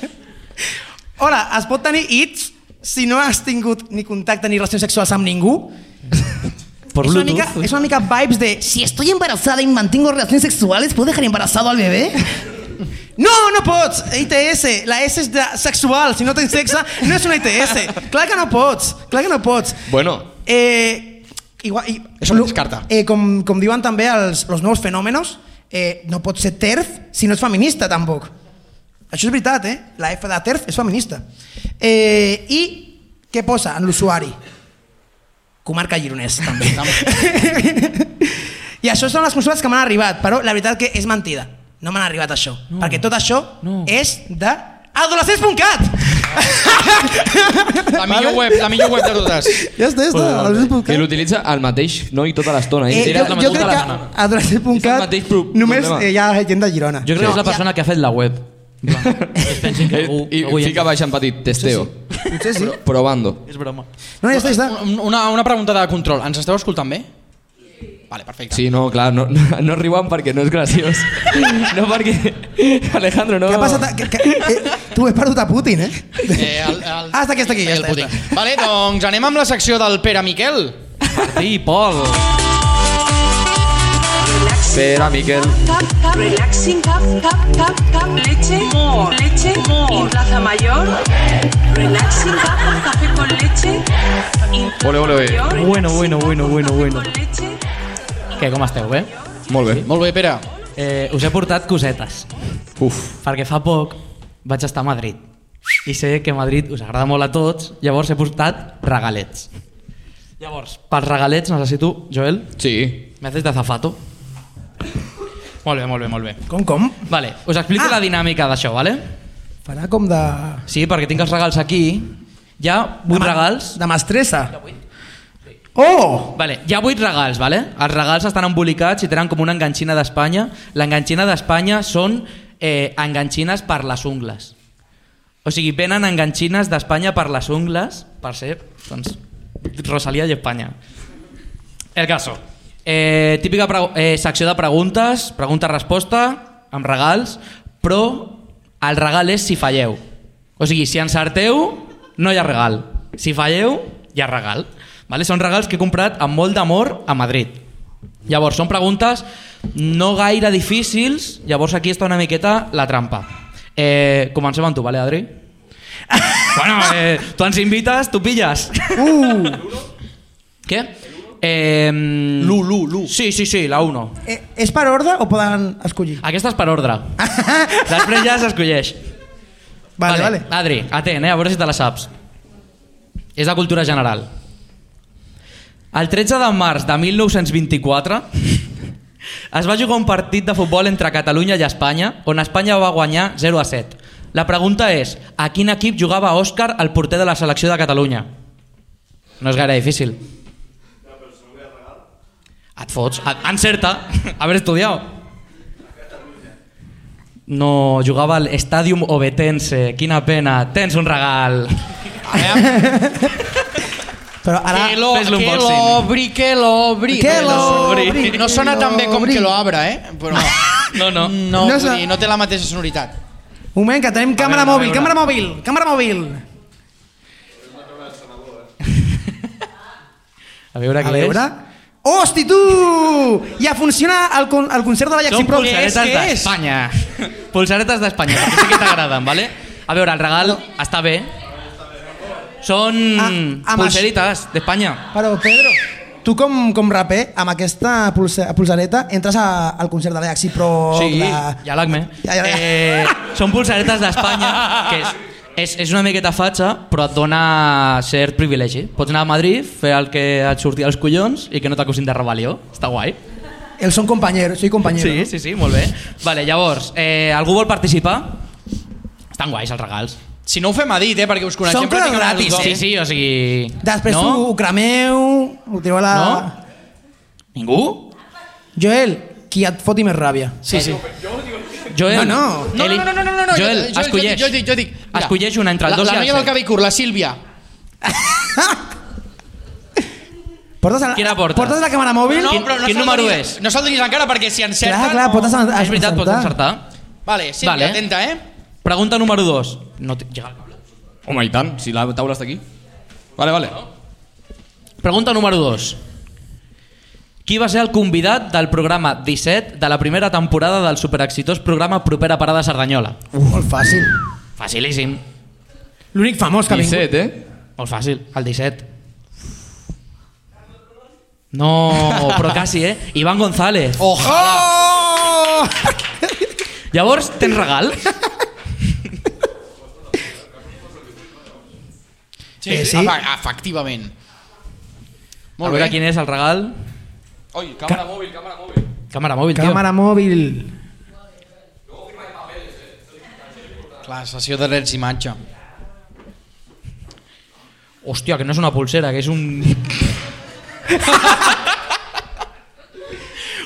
S2: Hola, es pot tenir It's si no has tingut ni contacte ni relacions sexuals amb ningú?
S4: Por
S2: es, una
S4: Bluetooth.
S2: mica, es una mica vibes de si estoy embarazada y mantengo relaciones sexuales, ¿puedo dejar embarazado al bebé? No, no pots. ITS. La S és de sexual. Si no tens sexe, no és una ITS. Clar que no pots. Clar que no pots.
S3: Bueno.
S2: Eh, igual, i,
S1: Això no es descarta.
S2: Eh, com, com diuen també els, els nous fenòmenos, eh, no pots ser TERF si no ets feminista, tampoc. Això és veritat, eh? La F de TERF és feminista. Eh, I què posa en l'usuari? Comarca Gironès, també. I això són les consultes que m'han arribat, però la veritat que és mentida. No m'han arribat això, no. perquè tot això no.
S4: No.
S2: és de adolescents.cat!
S1: La millor web, la millor web de totes.
S2: Ja està, ja està.
S3: I l'utilitza el mateix noi tota l'estona. Eh?
S2: Eh,
S3: Era
S2: jo, jo
S3: la mateixa
S2: crec
S3: tota
S2: que
S3: l'estona. És el
S2: adolescent.cat
S3: mateix pro-
S2: només
S3: problema.
S2: eh, hi ha gent de Girona.
S4: Jo crec que és la persona que ha fet la web. Es pensin que algú...
S3: Eh, I,
S4: algú
S3: i
S4: hi
S3: fica
S4: entra.
S3: baix en petit, testeo.
S2: Potser sí.
S3: Pro- Provando.
S4: És broma.
S2: No, ja està, ja està.
S1: Un- Una, una pregunta de control. Ens esteu escoltant bé? Vale, perfecte.
S3: Sí, no, clar, no, no, no riuen perquè no és graciós. No perquè... Alejandro, no...
S2: Què ha passat? Que, que, eh, tu has perdut a Putin, eh?
S1: Eh, el, el...
S2: Ah, està aquí, està aquí, ja
S1: El
S2: està,
S1: pudding.
S2: ja està.
S1: Vale, doncs anem amb la secció del Pere Miquel.
S4: Martí, Pol...
S3: Espera, Miquel.
S8: Cup, cup, relaxing, cup, cup, cup, cup, leche, more, leche, more. Plaza Mayor, relaxing, cup, café con leche. In
S3: Ole, ole, ole.
S8: Plaza Mayor,
S4: Bueno,
S8: relaxing
S4: bueno,
S8: cup,
S4: bueno, bueno,
S8: café
S4: bueno.
S8: con leche.
S4: Què, com esteu, bé?
S3: Molt bé.
S1: Molt bé, Pere.
S4: Eh, us he portat cosetes,
S3: Uf.
S4: perquè fa poc vaig estar a Madrid. I sé que Madrid us agrada molt a tots, llavors he portat regalets. Llavors, pels regalets necessito, Joel,
S3: Sí.
S4: me haces de zafato.
S1: Molt bé, molt bé, molt bé.
S2: Com, com?
S4: Vale, us explico
S2: Ah.
S4: la dinàmica d'això, vale?
S2: Farà com de...
S4: Sí, perquè tinc els regals aquí. Hi ha vuit
S2: de ma-
S4: regals.
S2: De mestressa. Oh!
S4: Vale, hi ha vuit regals, vale? Els regals estan embolicats i tenen com una enganxina d'Espanya. L'enganxina d'Espanya són eh, enganxines per les ungles. O sigui, venen enganxines d'Espanya per les ungles, per ser, doncs, Rosalia i Espanya. El caso. Eh, típica pregu- eh, secció de preguntes, pregunta-resposta, amb regals, però el regal és si falleu. O sigui, si encerteu, no hi ha regal. Si falleu, hi ha regal. Vale? Són regals que he comprat amb molt d'amor a Madrid. Llavors, són preguntes no gaire difícils, llavors aquí està una miqueta la trampa. Eh, comencem amb tu, vale, Adri? bueno, eh, tu ens invites, tu pilles.
S2: Uh!
S4: Què? Eh, L'u, l'u, l'u. Sí, sí, sí, la 1.
S2: Eh, és per ordre o poden escollir?
S4: Aquesta és per ordre. Després ja s'escolleix.
S2: Vale, vale. vale.
S4: Adri, atent, eh? a veure si te la saps. És de cultura general. El 13 de març de 1924 es va jugar un partit de futbol entre Catalunya i Espanya on Espanya va guanyar 0 a 7. La pregunta és, a quin equip jugava Òscar el porter de la selecció de Catalunya? No és gaire difícil. Et fots, et- encerta, haver estudiat. No, jugava al Stadium Obetense. Quina pena, tens un regal.
S2: Però ara...
S1: Que lo-
S4: fes-lo un
S1: que
S4: boxing.
S1: l'obri, que l'obri.
S2: Que
S1: Bé, no
S2: l'obri,
S1: sona-
S2: que
S1: No sona tan bé com
S2: l'obri.
S1: que l'obra, eh? Però
S4: No, no.
S1: no,
S2: No
S1: no,
S2: sona-
S1: dir, no té la mateixa sonoritat.
S2: Un moment, que tenim càmera
S4: veure, a
S2: mòbil,
S4: veure.
S2: càmera mòbil, càmera mòbil.
S4: A veure
S2: A
S4: què
S2: veure... Hosti, tu! Ja funciona el, con el concert de la Jackson
S4: Són
S2: Pro.
S4: pulsaretes d'Espanya. Pulsaretes d'Espanya, perquè sé que t'agraden, vale? A veure, el regal està bé. Són
S2: Ah, amb això-
S4: pulserites d'Espanya.
S2: Però, Pedro, tu com, com raper, amb aquesta pulsa, pulsareta, entres a, al concert de la Jackson Pro.
S4: Sí,
S2: la...
S4: ja l'acme.
S2: Oh, Ja, ja, ja.
S4: Eh, són pulsaretes d'Espanya, que és, és, és una miqueta fatxa, però et dona cert privilegi. Pots anar a Madrid, fer el que et surti als collons i que no t'acusin de rebel·lió. Està guai.
S2: El son compañero, soy compañero.
S4: Sí, sí, sí, molt bé. Vale, llavors, eh, algú vol participar? Estan guais els regals.
S1: Si no ho fem a dit, eh? Perquè us coneixem
S2: Són coses
S1: pràcticament els
S2: gratis,
S1: dos.
S4: Sí, sí, o sigui...
S2: Després no? ho, ho crameu, ho tireu a la...
S4: No? Ningú?
S2: Joel, qui et foti més ràbia?
S4: Sí, sí. Joel,
S2: No,
S1: No, no, no, no, no, no, no.
S4: Joel,
S1: jo, jo,
S4: escolleix.
S1: jo, dic, jo dic, mira,
S4: Escolleix una entre
S1: la-
S4: el dos i
S1: La
S4: el
S1: noia del
S4: set.
S1: cabell curt, la Sílvia.
S2: Portes, a,
S4: Quina porta?
S2: portes la càmera mòbil?
S4: No, Quin- quin
S1: se'l
S4: número
S1: diguis-
S4: és?
S1: No se'l diguis encara perquè si encerta...
S2: clar, clar, portes a, a
S4: és veritat, pots encertar.
S1: Vale, Sílvia,
S4: Vale.
S1: vale. atenta, eh?
S4: Pregunta número 2. No té- llega el cable.
S3: Home, i tant, si la taula està aquí. Vale, vale.
S4: Pregunta número 2. Qui va ser el convidat del programa 17 de la primera temporada del superexitós programa Propera Parada Cerdanyola?
S2: Uh, molt fàcil.
S4: Facilíssim.
S2: L'únic famós que ha vingut.
S3: 17, eh?
S4: Molt fàcil, el 17. No, però quasi, eh? Ivan González.
S1: Ojalà.
S2: Oh!
S4: Llavors, tens regal?
S1: Sí,
S2: Eh,
S1: eh, sí?
S2: sí?
S1: Efe- Efectivament.
S4: a
S1: Molt
S4: veure
S1: bé.
S4: quin és el regal.
S3: Oi, càmera mòbil, càmera mòbil.
S4: Càmera mòbil, tio.
S2: Càmera mòbil.
S1: Clar, sessió de drets imatge.
S4: Hòstia, que no és una pulsera, que és un,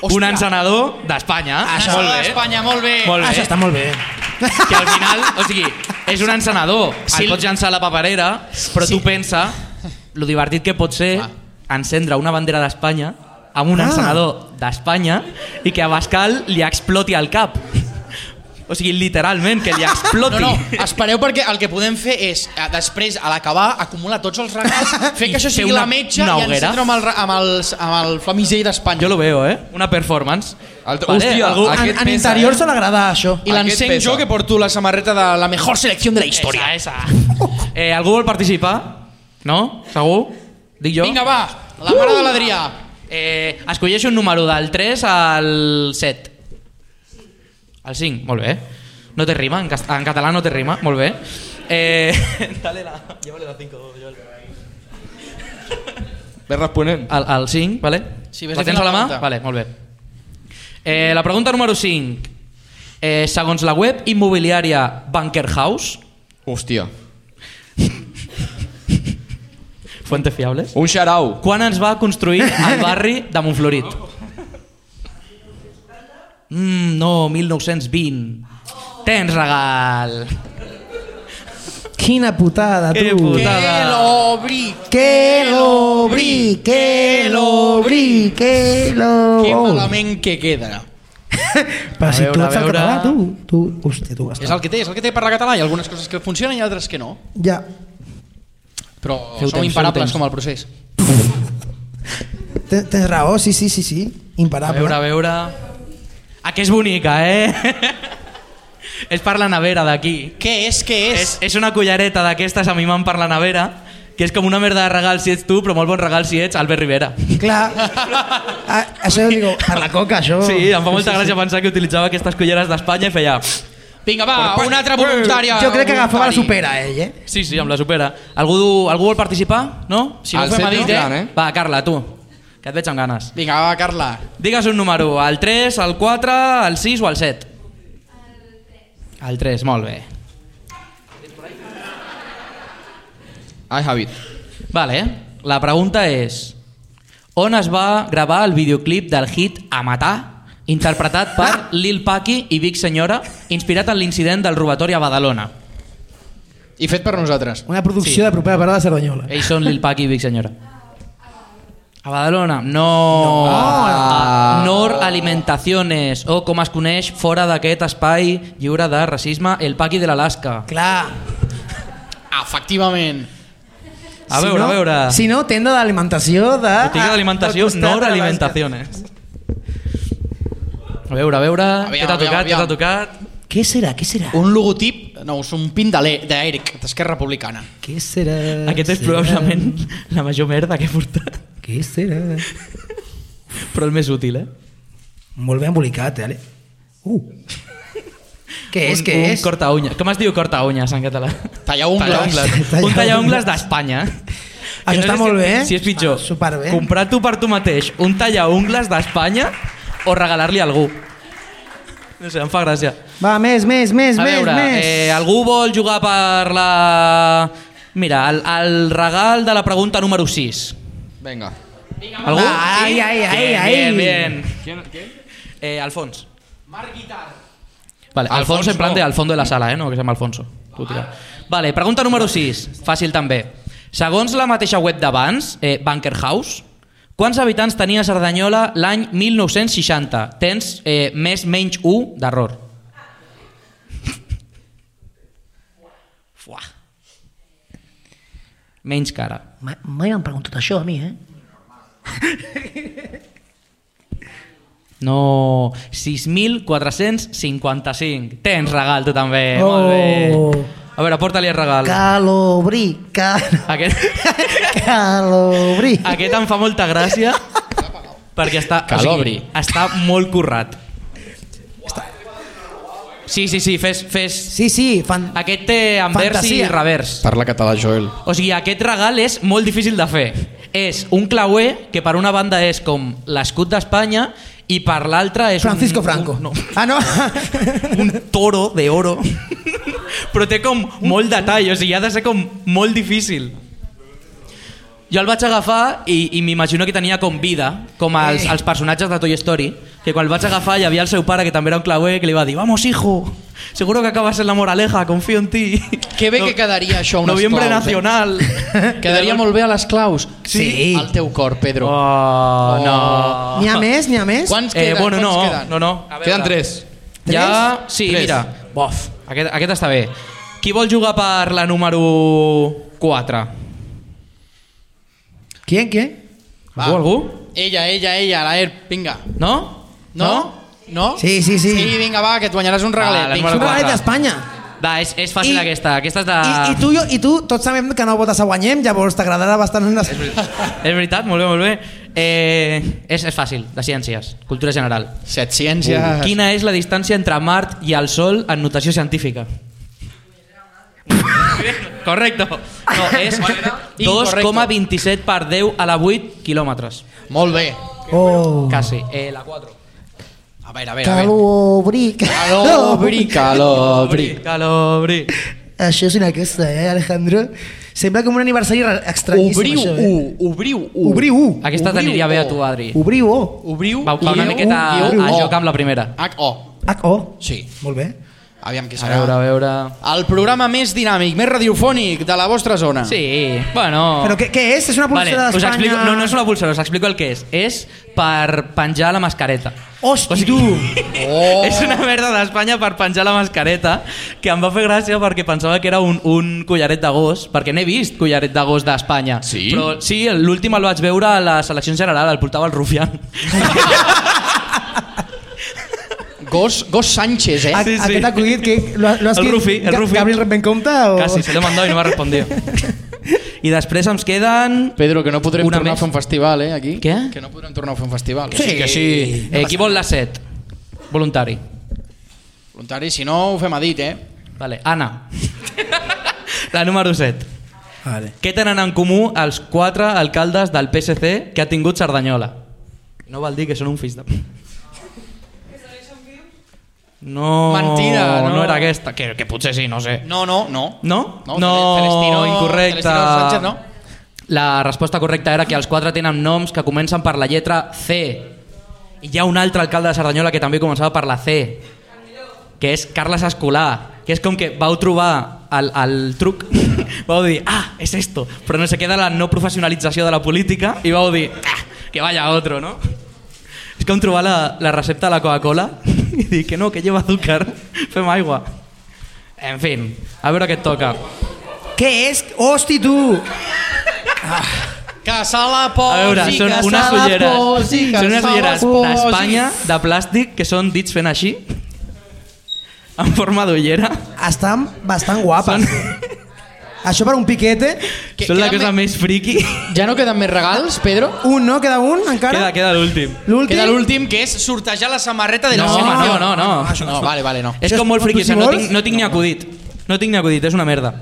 S4: un encenedor d'Espanya.
S1: Això
S4: Ah, Molt bé.
S1: d'Espanya, molt bé.
S4: Molt bé.
S2: Ah, Això està molt bé.
S4: que al final, o sigui, és un encenedor,
S1: Sí.
S4: el pots llançar a la paperera, però tu pensa lo divertit que pot ser
S1: Clar.
S4: encendre una bandera d'Espanya amb un
S2: Ah.
S4: encenedor d'Espanya i que a Bascal li exploti al cap. O sigui, literalment, que li exploti.
S1: Ah, No, no, espereu perquè el que podem fer és, eh, després, a l'acabar, acumular tots els regals, fer
S4: I
S1: que això
S4: fer
S1: sigui
S4: una-
S1: la metja
S4: una
S1: i
S4: hoguera.
S1: encendre amb el, ra- amb el, amb el flamisell d'Espanya.
S4: Jo lo veo, eh? Una performance.
S3: Altre- hòstia,
S2: En,
S3: Aquest
S2: en
S3: pesa,
S2: interior
S3: eh?
S2: se l'agrada
S1: I
S2: això.
S3: Aquest
S1: l'encenc
S3: pesa.
S1: jo, que porto la samarreta de la millor selecció de la història.
S4: Esa, esa. Eh, algú vol participar? No? Segur? Dic jo?
S1: Vinga, va, la mare de l'Adrià.
S4: Eh, escolleix un número del 3 al 7. Al 5, molt bé. No té rima, en, cas- en català no té rima, molt bé. Eh, dale la... Llévale la 5, Joel.
S3: Ves responent.
S4: Al, al 5, vale?
S1: Sí, ves
S4: la
S1: fent
S4: tens a
S1: la
S4: la mà?
S1: pregunta.
S4: Vale, molt bé. Eh, la pregunta número 5. Eh, segons la web immobiliària Bunker House,
S3: Hòstia.
S4: fuentes fiables,
S3: Un xarau.
S4: quan ens va construir el barri de Montflorit? Mm, no, 1920. Tens regal.
S2: Quina putada, tu.
S4: Que putada.
S1: Que l'obri.
S2: Que l'obri, que l'obri, que l'obri.
S1: Que
S4: Oh.
S1: malament que queda.
S2: Però si
S4: A
S2: tu
S4: veure,
S2: ets
S4: a
S2: el
S4: veure.
S2: català, tu, tu, hòstia, tu,
S1: És el que té, és el que té parlar català. Hi ha algunes coses que funcionen i altres que no.
S2: Ja.
S1: Però
S4: Feu
S1: som
S4: temps, feu
S1: imparables
S4: temps.
S1: com el procés.
S2: Tens, tens raó, sí, sí, sí, sí.
S4: A
S2: Imparable.
S4: veure, a veure... Ah, que és bonica, eh? és per la nevera d'aquí.
S1: Què és, què és?
S4: És, és una cullereta d'aquestes a mi m'han per la nevera, que és com una merda de regal si ets tu, però molt bon regal si ets Albert Rivera.
S2: Clar, a, això ho digo, per la coca, això.
S1: Oh.
S4: Sí, em fa molta gràcia pensar que utilitzava aquestes culleres d'Espanya i feia...
S1: Vinga, va, una altra voluntària.
S2: Jo crec que agafava la
S1: voluntari.
S2: supera, ell, eh?
S4: Sí, sí, amb la supera. Algú, algú vol participar? No?
S1: Si no
S3: Al
S1: ho fem a
S3: centre
S1: dit,
S3: gran,
S1: eh?
S3: eh?
S4: Va, Carla, tu, que et veig amb ganes.
S1: Vinga, va, Carla.
S4: Digues un número, el 3, el 4, el 6 o el 7? El 3, molt bé.
S3: Ai, Javid.
S4: Vale, la pregunta és... On es va gravar el videoclip del hit A matar, interpretat per Lil Paqui i Big Senyora, inspirat en l'incident del robatori a Badalona?
S1: I fet per nosaltres.
S2: Una producció de propera parada de Cerdanyola.
S4: Ells són Lil Paki i Big Senyora. A Badalona, no... no.
S3: Ah.
S4: Nor Alimentaciones, o com es coneix fora d'aquest espai lliure de racisme, el Paqui de l'Alaska.
S2: Clar.
S1: Efectivament.
S4: A veure,
S2: no,
S4: a veure.
S2: Si no, tenda d'alimentació de...
S4: Botiga d'alimentació,
S2: del costat
S4: Nor
S2: de la
S4: Alimentaciones. A veure, a veure, què t'ha
S1: aviam,
S4: tocat, què
S1: aviam.
S4: t'ha tocat?
S2: basca. Què serà, què serà?
S1: Un logotip, no, és un pin de l'E- d'Eric, d'Esquerra Republicana.
S2: Què serà?
S4: Aquest és
S2: serà?
S4: probablement la major merda que he portat,
S2: Què serà?
S4: però el més útil, eh?
S2: Molt ben embolicat, eh? Ale? Uh. què és,
S4: un,
S2: què
S4: un
S2: és?
S4: corta uña. Com es diu corta uñas en català?
S1: Tallar ungles.
S4: un
S2: Tallaungles.
S4: tallaungles d'Espanya.
S2: Això està
S4: sé
S2: molt
S4: si,
S2: bé.
S4: Si és pitjor,
S2: Ah, superbé.
S4: comprar tu per tu mateix un tallaungles d'Espanya o regalar-li a algú. No sé, em fa gràcia.
S2: Va, més, més, més,
S4: a
S2: més,
S4: veure,
S2: més.
S4: eh, algú vol jugar per la... Mira, el, el regal de la pregunta número 6.
S3: Venga.
S4: Algú?
S2: Ai, ai,
S4: Sí?
S2: ai,
S4: bien,
S2: ai.
S4: Bien, bien. ¿Quién? Eh, Alfons. Vale, Alfons,
S1: Alfons
S4: en plan
S1: no.
S4: de al fondo de la sala, eh? no, que se llama Alfonso. Tu tira. Vale, pregunta número 6, fàcil també. Segons la mateixa web d'abans, eh, Bunker House, quants habitants tenia Cerdanyola l'any 1960? Tens eh, més menys 1 d'error. Fuà. Menys cara.
S9: Mai, mai m'han preguntat això a mi, eh?
S4: No, 6.455. Tens regal, tu també. Oh. Molt bé. A veure, porta-li el regal.
S9: Calobrí, cal...
S4: Aquest,
S9: calobrí.
S4: aquest em fa molta gràcia perquè està,
S1: Calobri.
S4: O sigui, està molt currat. Sí, sí, sí, fes... fes.
S2: Sí, sí, fan...
S4: Aquest té envers
S2: Fantasia.
S4: i revers.
S3: Parla català, Joel.
S4: O sigui, aquest regal és molt difícil de fer. És un clauer que per una banda és com l'escut d'Espanya i per l'altra és
S2: Francisco
S4: un,
S2: Franco.
S4: Un, no,
S2: Ah, no?
S4: un toro de oro. Però té com molt de tall, o sigui, ha de ser com molt difícil. Jo el vaig agafar i, i m'imagino que tenia com vida, com els, els personatges de Toy Story, que quan el vaig agafar hi havia el seu pare, que també era un clauer, que li va dir «Vamos, hijo, seguro que acabes en la moraleja, confío en ti».
S1: Que bé que quedaria això a unes
S4: Noviembre
S1: claus, eh?
S4: nacional.
S1: Quedaria molt bé a les claus.
S2: Sí.
S1: Al teu cor, Pedro.
S4: Oh, no.
S2: N'hi ha més, n'hi ha més?
S1: Quants
S4: Eh,
S1: queden?
S4: bueno,
S1: Quants
S4: no,
S1: queden?
S4: no, no. A veure.
S3: Queden tres.
S4: Ja, sí,
S3: Tres.
S4: mira. Bof, aquest, aquest està bé. Qui vol jugar per la número 4?
S2: Quién, quién?
S1: Va.
S4: Algú, algú?
S1: Ella, ella, ella, la ERP, vinga.
S4: No?
S1: No? No?
S2: Sí, sí, sí.
S1: Sí, vinga, va, que et guanyaràs un regalet.
S4: Ah, les
S1: vinga.
S2: És un
S4: quatre.
S2: regalet d'Espanya.
S4: Va, és, és fàcil
S2: I-
S4: aquesta. Aquesta és de...
S2: I, i, tu, jo, I tu, tots sabem que no votes a guanyem, llavors t'agradarà bastant... Una...
S4: És veritat, molt bé, molt bé. Eh, és, és fàcil, de ciències, cultura general.
S1: Set ciències.
S4: Quina és la distància entre Mart i el Sol en notació científica? Correcte. No, és 2,27 per 10 a la 8 quilòmetres.
S1: Molt bé.
S2: Oh.
S4: Quasi. Eh, la 4.
S1: A veure, a veure. a veure.
S9: Calobrí,
S1: Calobri, calobri.
S4: Calobri.
S9: Això és una cosa, eh, Alejandro? Sembla com un aniversari ra- estranyíssim,
S1: Obriu
S9: això,
S1: u,
S9: eh?
S1: obriu u.
S2: Obriu u.
S4: Aquesta
S1: Obriu,
S4: t'aniria bé a
S1: o.
S4: tu, Adri.
S2: Obriu o.
S1: Obriu,
S4: Va, va una
S1: guió,
S4: miqueta a,
S1: guió,
S4: a
S1: o.
S4: joc amb la primera.
S1: H-O.
S2: H-O.
S1: Sí.
S2: Molt bé.
S1: Aviam qui
S4: A
S1: serà.
S4: veure, a veure...
S1: El programa més dinàmic, més radiofònic de la vostra zona.
S4: Sí, bueno...
S2: Però què, què és? És una
S4: Oh. Vale,
S2: pulsera
S4: us
S2: d'Espanya...
S4: explico, no, no és una pulsera, us explico el que és. És per penjar la mascareta.
S2: Hosti,
S4: sigui-
S2: tu!
S1: Oh.
S4: És una merda d'Espanya per penjar la mascareta, que em va fer gràcia perquè pensava que era un, un collaret de gos, perquè n'he vist collaret de gos d'Espanya.
S3: Sí?
S4: Però sí, l'últim el vaig veure a la selecció en general, el portava el Rufián.
S1: Gos, Gos Sánchez, eh?
S2: A,
S4: Sí, sí.
S2: Aquest acudit que... Lo, lo has
S4: El
S2: dit
S4: Rufi, el
S2: Ga-
S4: Rufi.
S2: Gabriel Bencompte o...
S4: Casi, se l'he mandat i no m'ha respondido. I després ens queden...
S1: Pedro, que no podrem
S4: Una
S1: tornar a
S4: més.
S1: fer un festival, eh, aquí.
S4: Què?
S1: Que no podrem tornar a fer un festival.
S4: Que sí, que sí. Eh, qui vol la set? Voluntari.
S1: Voluntari, si no, ho fem a dit, eh?
S4: Vale, Anna. la número 7.
S2: Vale.
S4: Què tenen en comú els quatre alcaldes del PSC que ha tingut Cerdanyola? No val dir que són un fills de... No,
S1: Mentida, no.
S4: no era aquesta. Que, que potser sí, no sé.
S1: No, no, no.
S4: No?
S1: No, Celestino-
S4: incorrecte.
S1: Celestino Sánchez, no?
S4: La resposta correcta era que els quatre tenen noms que comencen per la lletra C. I hi ha un altre alcalde de Cerdanyola que també començava per la C, que és Carles Escolà, que és com que vau trobar al, al truc, vau dir, ah, és esto, però no se queda la no professionalització de la política i vau dir, ah, que vaya otro, no? És com trobar la, la recepta de la Coca-Cola i dir que no, que lleva azúcar, fem aigua. En fin, a veure què et toca.
S2: Què és? Hosti, tu!
S1: Que se la
S4: A
S1: posi,
S4: veure,
S1: que
S4: són
S1: se
S4: unes
S1: la
S4: ulleres,
S1: posi, que se
S4: són unes
S1: la
S4: ulleres
S1: posi.
S4: d'Espanya de plàstic que són dits fent així, en forma d'ullera.
S2: Estan bastant guapes. Això per un piquete.
S1: Que-
S4: Són la
S1: queda
S4: cosa
S1: me-
S4: més friqui.
S10: Ja no queden més regals, Pedro?
S2: Un, no? Queda un,
S4: Queda,
S2: encara?
S4: queda l'últim.
S2: L'últim?
S1: Queda l'últim, que és sortejar la samarreta de la Ah,
S4: No,
S1: setmana.
S4: no, no, no.
S10: No, vale, vale, no.
S4: És
S2: Això
S4: com
S2: és
S4: molt
S2: com
S4: friqui,
S2: tu, si
S4: o sigui, no
S2: vols.
S4: tinc, no tinc ni acudit. No tinc ni acudit, és una merda.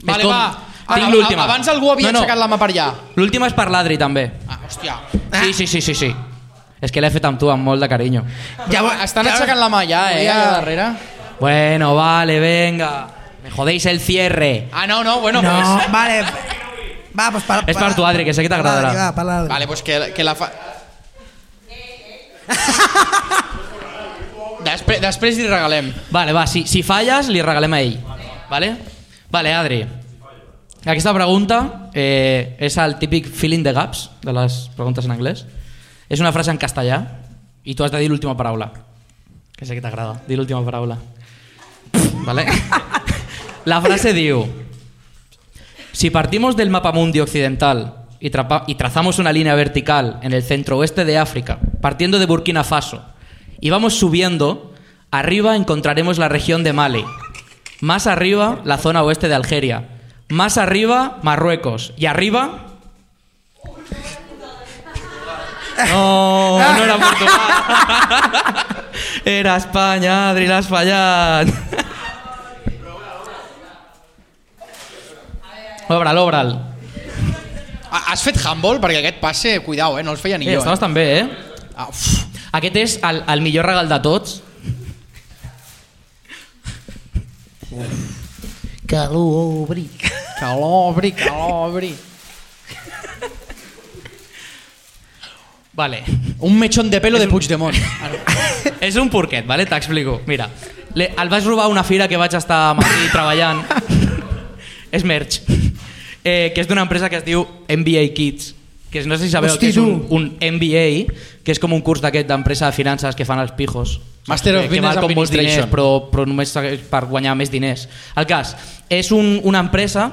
S1: Vale,
S4: és com,
S1: va. Ara,
S4: Tinc l'última.
S1: Abans algú havia
S4: no, no.
S1: aixecat la mà per allà.
S4: L'última és per l'Adri, també.
S1: Ah, hòstia.
S4: Sí, sí, sí, sí, sí. És que l'he fet amb tu, amb molt de carinyo.
S1: Ja, estan aixecant la mà ja, eh, allà darrere.
S4: Bueno, vale, venga. Me jodéis el cierre.
S1: Ah, no, no, bueno,
S2: No,
S1: pues...
S2: vale. Va, pues para,
S4: És per tu, Adri, que sé que t'agradarà.
S2: Parla,
S1: Vale, pues que, que la fa... Despre, després li regalem.
S4: Vale, va, si, si falles, li regalem a ell. Vale? Vale, Adri. Aquesta pregunta eh, és el típic filling the gaps de les preguntes en anglès. És una frase en castellà i tu has de dir l'última paraula. Que sé que t'agrada, dir l'última paraula. Vale? La frase diu... Si partimos del mapa mundi occidental y, trapa- y trazamos una línea vertical en el centro oeste de África, partiendo de Burkina Faso, y vamos subiendo, arriba encontraremos la región de Mali, más arriba la zona oeste de Algeria, más arriba Marruecos, y arriba... No, no era Portugal. Era España, Adri, la has fallado. Obra'l, obra'l.
S1: Ha- Ah, Has fet handball? Perquè aquest passe, cuidao, eh, no els feia ni
S4: Eh,
S1: jo.
S4: està
S1: Eh?
S4: bastant bé, eh?
S1: Ah, uf.
S4: Aquest és el, el millor regal de tots.
S9: Que l'obri.
S1: que l'obri, que l'obri.
S4: Vale.
S1: Un mechón de pelo de Puigdemont.
S4: és un porquet, vale? T'explico. Mira, le, el vaig robar a una fira que vaig estar a Madrid treballant. és merch. Eh, que és d'una empresa que es diu NBA Kids. Que no sé si sabeu
S2: Hosti,
S4: que és un,
S2: tu.
S4: un MBA, que és com un curs d'aquest d'empresa de finances que fan els pijos.
S1: Master of
S4: que, que val
S1: Business
S4: com molts diners,
S1: Administration.
S4: però, però només per guanyar més diners. El cas, és un, una empresa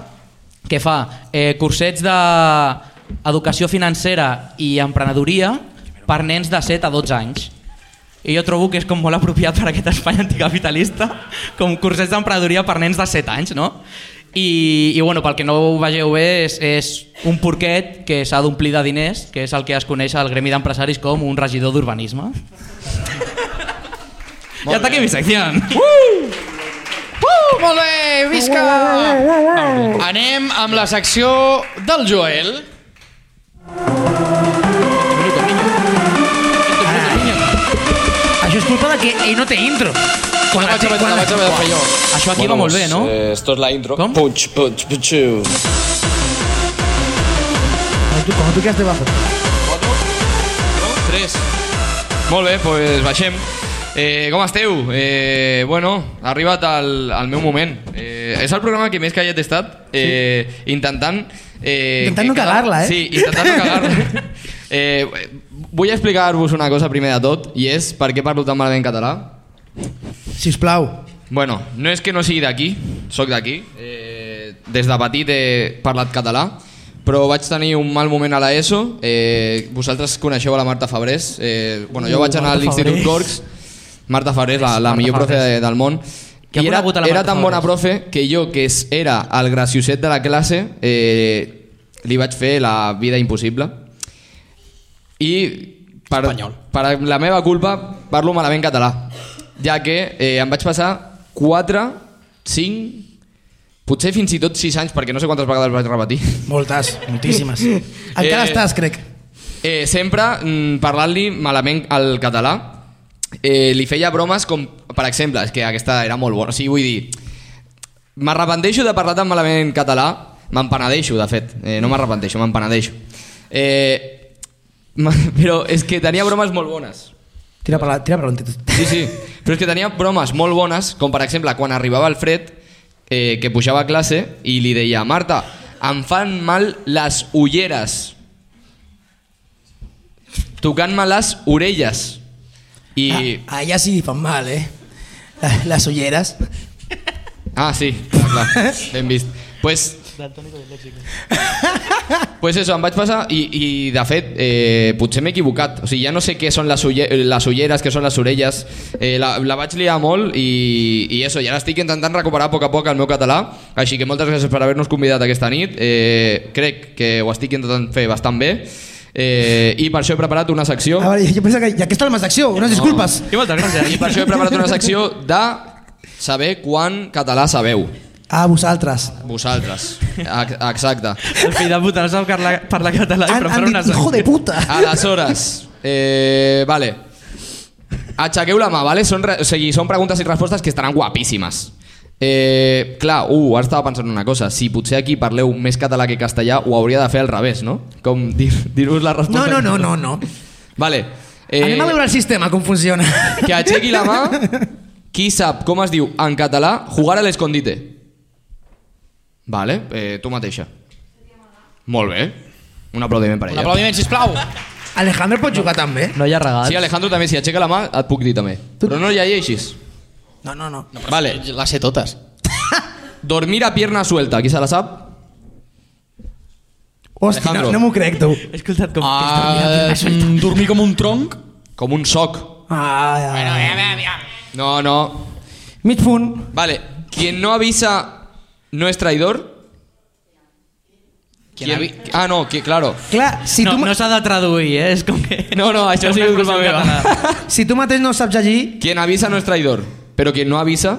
S4: que fa eh, cursets d'educació financera i emprenedoria per nens de 7 a 12 anys. I jo trobo que és com molt apropiat per aquest Espanya anticapitalista, com cursets d'emprenedoria per nens de 7 anys, no? I, i bueno, pel que no ho vegeu bé, és, és un porquet que s'ha d'omplir de diners, que és el que es coneix al gremi d'empresaris com un regidor d'urbanisme. ja està aquí mi secció.
S1: Uh, molt bé, visca! Anem amb la secció del Joel.
S2: Això és culpa de que ell no té intro. Quan,
S1: La vaig haver, la vaig haver de fer jo.
S4: Això aquí va molt
S3: pues, doncs,
S4: bé, no?
S6: Eh, esto es la intro.
S4: ¿Cómo?
S6: Punch, punch, punch.
S2: tu, quan tu quedes debajo.
S3: Tres. Molt bé, doncs baixem. Eh, com esteu? Eh, bueno, ha arribat el, el meu moment. Eh, és el programa que més callat he estat, eh, intentant... Eh,
S2: Intentant no
S3: que cada-
S2: cagar-la, eh?
S3: Sí, intentant no cagar-la. eh, vull explicar-vos una cosa primer de tot, i és per què parlo tan malament català.
S2: Sisplau.
S3: Bueno, no és que no sigui d'aquí, sóc d'aquí. Eh, des de petit he parlat català, però vaig tenir un mal moment a l'ESO. Eh, vosaltres coneixeu a la Marta Fabrés. Eh, bueno, jo
S4: Uh,
S3: vaig anar
S4: Marta
S3: a l'Institut
S4: Fabrés.
S3: Corcs. Marta Fabrés, la, la
S4: Marta
S3: millor profe
S4: Fabrés.
S3: de- del món.
S4: Qui ha
S3: I era,
S4: conegut a la
S3: era
S4: Marta
S3: tan bona
S4: Fabrés?
S3: profe que jo, que es- era el gracioset de la classe, eh, li vaig fer la vida impossible. I per, per la meva culpa parlo malament català, ja que eh, em vaig passar 4, 5, potser fins i tot 6 anys, perquè no sé quantes vegades vaig repetir,
S2: Moltes, moltíssimes. Encara
S3: Eh.
S2: estàs, crec.
S3: eh, sempre mm, parlant-li malament al català. Eh, li feia bromes com, per exemple, és que aquesta era molt bona, o sigui, vull dir, m'arrepenteixo de parlar tan malament català, m'empenedeixo, de fet, eh, no m'arrepenteixo, m'empenedeixo. Eh, ma- però és que tenia bromes molt bones.
S2: Tira per la, tira per la
S3: Sí, sí. Però és que tenia bromes molt bones, com per exemple, quan arribava el fred, eh, que pujava a classe i li deia Marta, em fan mal les ulleres. Tocant-me les orelles. I...
S2: Ah, allá sí fan mal, ¿eh? Las, las olleras.
S3: Ah, sí, clar, clar. ben vist. Pues... pues eso, em vaig passar i, i de fet, eh, potser m'he equivocat. O sigui, ja no sé què són les, ulle les ulleres, què són les orelles. Eh, la, la vaig liar molt i, i eso, i ara estic intentant recuperar a poc a poc el meu català. Així que moltes gràcies per haver-nos convidat aquesta nit. Eh, crec que ho estic intentant fer bastant bé. Eh, I per això he preparat una secció...
S2: A veure, Ah, jo penso que ja que està el més d'acció, unes disculpes.
S4: I moltes gràcies.
S3: I per això he preparat una secció de saber quan català sabeu.
S2: A Ah, vosaltres.
S3: Vosaltres. Ac- Exacte.
S4: El fill de puta no sap parlar, parlar català i
S2: Han, han
S4: prepara una
S2: dit, hijo de puta.
S3: Ah, Aleshores, eh, vale. Aixequeu la mà, vale? Són, re- o sigui, són preguntes i respostes que estaran guapíssimes. Eh, clar, uh, ara estava pensant una cosa. Si potser aquí parleu més català que castellà, ho hauria de fer al revés, no? Com dir- dir-vos la
S2: No,
S3: resposta.
S2: no, no, no, no.
S3: Vale.
S2: Eh... Anem a veure el sistema, com funciona.
S3: que aixequi la mà qui sap com es diu en català jugar a l'escondite. Vale, eh, tu mateixa. Molt bé. Un aplaudiment per
S10: Un
S3: ella.
S10: aplaudiment, sisplau.
S2: Alejandro pot jugar també.
S4: No hi ha regals.
S3: Sí, Alejandro també, si aixeca la ah, mà et puc dir també. Però no ja lleixis.
S2: No, no, no.
S3: Vale,
S10: Les pues, sé totes.
S3: dormir a pierna suelta, qui se la sap?
S2: Hòstia, no,
S3: Alejandro.
S2: no m'ho crec, tu.
S4: He escoltat com...
S10: Ah, mm, dormir com un tronc.
S3: Com un soc.
S2: Ah, bueno,
S3: No, no.
S2: Mig punt.
S3: Vale, quien no avisa no es traidor.
S10: Quien avi-
S3: Ah, no, que, claro.
S2: Clar, si,
S4: no
S2: tu, ma-
S4: no s'ha de traduir, eh? És com que...
S3: No, no, això ha sigut
S4: Una
S3: culpa
S4: expressió
S3: meva.
S4: en català.
S2: si tu mateix no saps llegir...
S3: Quien avisa no es traidor, pero quien no avisa...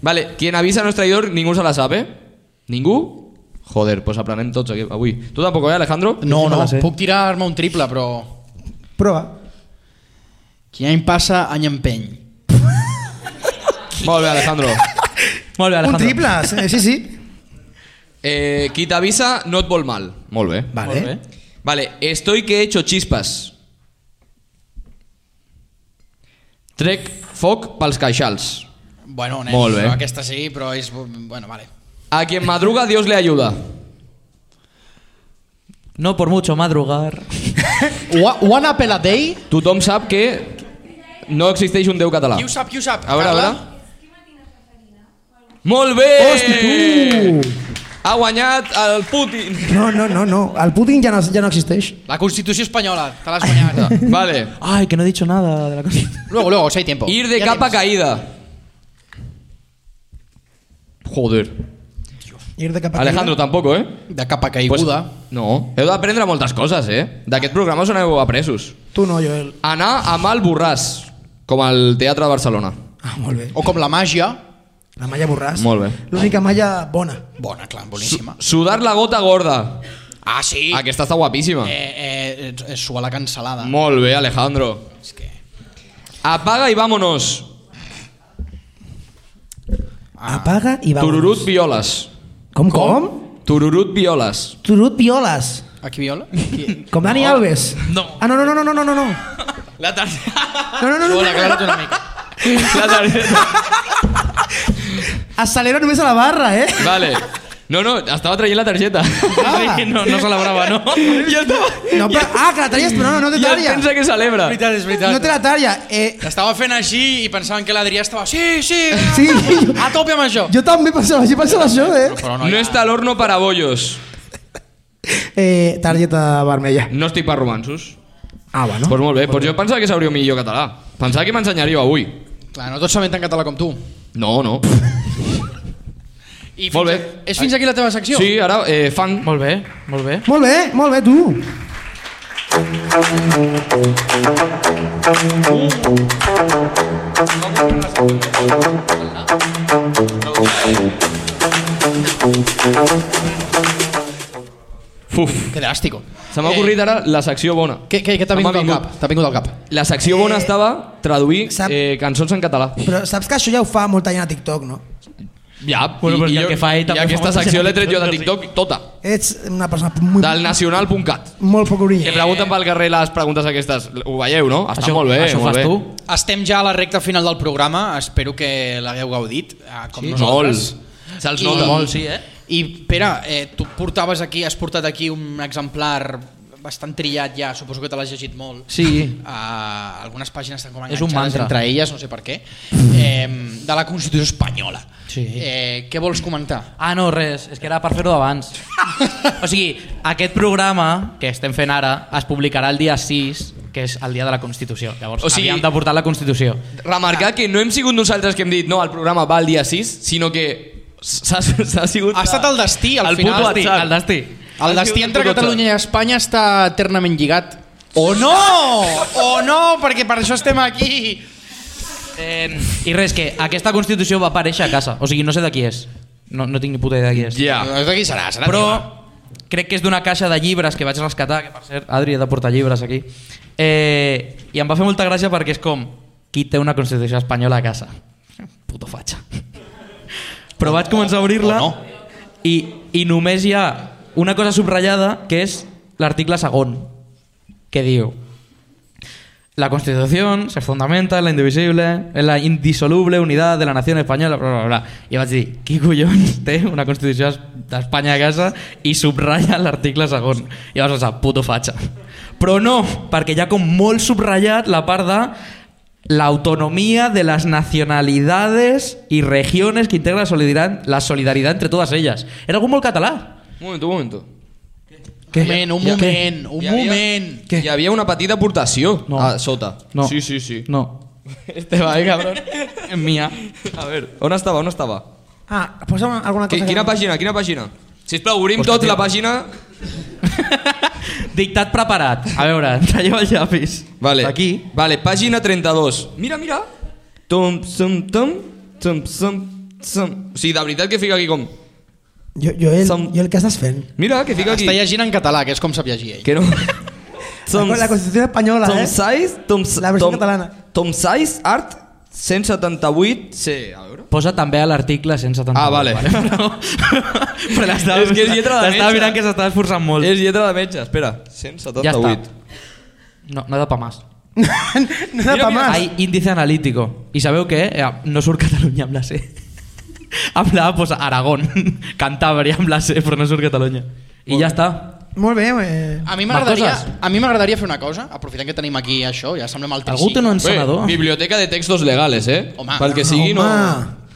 S3: Vale, quien avisa no es traidor, ningú se la sabe. Ningú? Joder, pues aprenem tots aquí, avui. Tu tampoc, eh, Alejandro?
S10: No, no,
S4: la sé.
S10: puc tirar-me un triple, però...
S2: eh. Prova.
S10: Qui any passa, any empeny.
S3: Molt bé, Alejandro.
S4: Molt bé,
S2: Un
S4: Alejandro.
S2: triple, sí, sí, sí.
S3: Eh, qui t'avisa no et vol mal. Molt bé.
S2: Vale.
S4: bé.
S3: Vale, estoy que he hecho chispas. Trec foc pels caixals.
S10: Bueno, nen,
S3: Molt bé.
S10: aquesta sí, però és... Bueno, vale.
S3: A quien madruga, Dios le ayuda.
S4: No por mucho madrugar.
S10: One, one apple a day?
S3: Tothom sap que no existeix un déu català.
S1: Qui ho sap, qui ho sap?
S3: A veure, a
S1: Carla?
S3: veure. Molt bé!
S2: Hosti,
S3: Ha guanyat el Putin.
S2: No, no, no, no. El Putin ja no, ja no existeix.
S10: La Constitució espanyola, te l'has guanyat.
S3: Vale.
S4: Ay, que no he dicho nada de la cosa.
S10: luego, luego, si hay tiempo.
S3: Ir de
S10: Ya
S3: capa
S10: tienes.
S3: caída. Joder.
S2: Ir de cap a
S3: Alejandro, tampoco, eh? Pues,
S10: De capa caiguda.
S3: no. Heu d'aprendre moltes coses, eh? D'aquest programa us n'heu apresos.
S2: Tu no, Joel.
S3: Anar a mal borràs, com al Teatre de Barcelona.
S2: Ah, molt bé.
S10: o com la màgia.
S2: La malla borràs.
S3: Molt bé.
S2: L'única malla bona.
S10: Bona, clar, boníssima.
S3: Sudar la gota gorda.
S10: Ah, sí.
S3: Aquesta està guapíssima.
S10: Eh, eh, eh, suar la cancel·lada.
S3: Molt bé, Alejandro.
S10: És que...
S3: Apaga i vámonos.
S10: Ah.
S2: Apaga i va.
S3: Tururut violes.
S2: Com, com?
S3: Tururut violes.
S2: Turut violes.
S10: Aquí viola?
S2: Com Dani Alves.
S4: No.
S2: Ah, no, no, no, no, no, no, no. no.
S3: La targeta.
S2: No, no, no, no.
S10: Hola, aclara't una mica.
S3: La targeta.
S2: Acelera només a la barra, eh?
S3: Vale. No, no, estava traient la targeta.
S2: Ah.
S4: No, no se la brava, no.
S3: Ja estava...
S2: No, però, ah, que la talles, però no, no te
S3: Ja
S2: talla.
S3: pensa que celebra.
S10: és veritat.
S2: No te la talla. Eh,
S10: Estava fent així i pensaven que l'Adrià estava... Sí, sí,
S2: sí, jo,
S10: a tope amb això.
S2: jo també pensava, jo pensava això, eh?
S10: Però no,
S3: No està al horno para bollos.
S2: Eh, targeta vermella.
S3: No estic per romansos.
S2: Ah, bueno.
S3: Doncs pues molt bé, doncs pues jo pensava que sabríeu millor català. Pensava que m'ensenyaríeu avui.
S10: Clar, no tots sabem tan català com tu.
S3: No, no.
S10: I fins
S3: Molt bé.
S10: a- És fins aquí la teva secció?
S3: Sí, ara, eh, fang.
S4: Molt bé, molt bé.
S2: Molt bé, molt bé, tu.
S3: Fuf.
S10: Que dràstico. Eh,
S3: Se
S1: Eh.
S3: m'ha ocorrit ara la secció bona.
S10: Què, què, què t'ha
S3: Se m'ha
S10: vingut al cap? T'ha vingut al cap.
S3: La secció bona estava traduir
S2: Sap-
S3: eh, cançons en català.
S2: Però saps que això ja ho fa molta gent a TikTok, no?
S3: Ja,
S4: Bueno, però ja que fa ell
S3: i
S4: també fa
S3: aquesta
S4: molta
S3: secció
S4: gent.
S3: l'he tret jo de TikTok tota,
S2: Ets una persona molt,
S3: del nacional.cat.
S2: molt poc
S3: Que
S2: orilla.
S3: pregunten pel carrer les preguntes aquestes. Ho veieu, no? Està
S4: Això-
S3: molt bé,
S4: això ho
S3: molt
S4: fas
S3: bé.
S4: tu?
S1: Estem ja a la recta final del programa, espero que l'hagueu gaudit, eh, com sí,
S3: Molt.
S1: nosaltres.
S3: Se'ls
S1: I-
S3: nota.
S4: Molt, sí, eh?
S1: I Pere, eh, tu portaves aquí, has portat aquí un exemplar bastant trillat ja, suposo que te l'has llegit molt.
S4: Sí.
S1: Uh, algunes pàgines estan com
S4: És un
S1: enganxades
S4: mantra.
S1: entre elles, no sé per què, eh, de la Constitució espanyola.
S4: Sí.
S1: Eh, què vols comentar?
S4: Ah, no, res, és que era per fer-ho abans. o sigui, aquest programa que estem fent ara es publicarà el dia 6, que és el dia de la Constitució. Llavors,
S3: O
S4: o
S3: sigui-
S4: sigui, havíem de portar la Constitució.
S3: Remarcar que no hem sigut nosaltres que hem dit no, el programa va el dia 6, sinó que s'ha s'ha sigut...
S1: Ha estat el destí, al
S3: el
S1: final.
S3: puto
S1: El destí,
S3: WhatsApp.
S4: El destí.
S1: El destí entre Catalunya i Espanya està eternament lligat. O no! O no, perquè per això estem aquí.
S4: Eh, I res, que aquesta Constitució va aparèixer a casa. O sigui, no sé de qui és. No, no tinc ni puta idea de qui és.
S3: Ja.
S1: No, Aquí serà, serà
S4: Però
S1: teva.
S4: crec que és d'una caixa de llibres que vaig rescatar, que per cert, Adri, he de portar llibres aquí. Eh, I em va fer molta gràcia perquè és com, qui té una Constitució espanyola a casa? Puto fatxa. Però vaig començar a obrir-la
S1: O no.
S4: i, i només hi ha una cosa subratllada que és l'article segon, que diu La Constitución se fundamenta en la indivisible, en la indisoluble unidad de la nación española, bla, bla, bla. I vaig dir, qui collons té una Constitució es- d'Espanya a casa i subratlla l'article segon? I vas pensar, puto fatxa. Però no, perquè hi ha com molt subratllat la part de la autonomía de las nacionalidades y regiones que integra la solidaridad, la solidaridad entre todas ellas. Era algo molt català.
S3: Un moment, un moment.
S1: Un moment, un
S4: Ja- què?
S1: moment, un
S3: Hi havia-
S1: moment.
S4: Què?
S3: Hi havia una petita aportació
S4: No.
S3: a sota.
S4: No.
S3: Sí, sí, sí.
S4: No.
S3: Este va, eh, cabrón.
S4: És mía.
S3: A veure, on estava, on estava?
S2: Ah, posa'm alguna
S3: Qui,
S2: cosa.
S3: quina pàgina, quina pàgina? Sisplau, obrim tots la pàgina.
S4: Dictat preparat. A veure, talleu els llapis.
S3: Vale.
S4: Aquí.
S3: Vale, pàgina 32. Mira, mira. Tom, som, tom, tom, som, som. O sigui, de veritat que fica aquí com...
S2: Jo, jo, el,
S3: Som-
S2: jo el que estàs fent.
S3: Mira, que fica aquí.
S1: Està llegint en català, que és com sap llegir ell.
S3: Que no... Som,
S2: La Constitució espanyola,
S3: Tom
S2: eh?
S3: Sais, Tom,
S2: La versió
S3: Tom,
S2: catalana.
S3: Tom Sais, Art, 178... Sí, a veure...
S4: Posa també a l'article 170.
S3: Ah, vale.
S4: No. Però l'estava
S3: És que és lletra de
S4: l'estava
S3: metge.
S4: mirant que s'estava esforçant molt.
S3: És tota lletra de metge, espera. 178.
S4: Ja està. No, nada pa más.
S2: Nada
S3: Mira,
S2: pa
S3: mira,
S2: más.
S4: Hay índice analítico. I sabeu què? Eh, no surt Catalunya amb la C. amb la A posa Aragón, Cantàbria amb la C, però no surt Catalunya. I ja està.
S2: Molt bé, eh.
S1: A mi m'agradaria
S4: Marcoses.
S1: a mi m'agradaria fer una cosa, aprofitant que tenim aquí això, ja semblem el
S4: Algú té un
S1: no...
S4: encenador?
S3: biblioteca de textos legales, eh?
S1: Home.
S3: Pel que sigui,
S2: Home.
S3: no...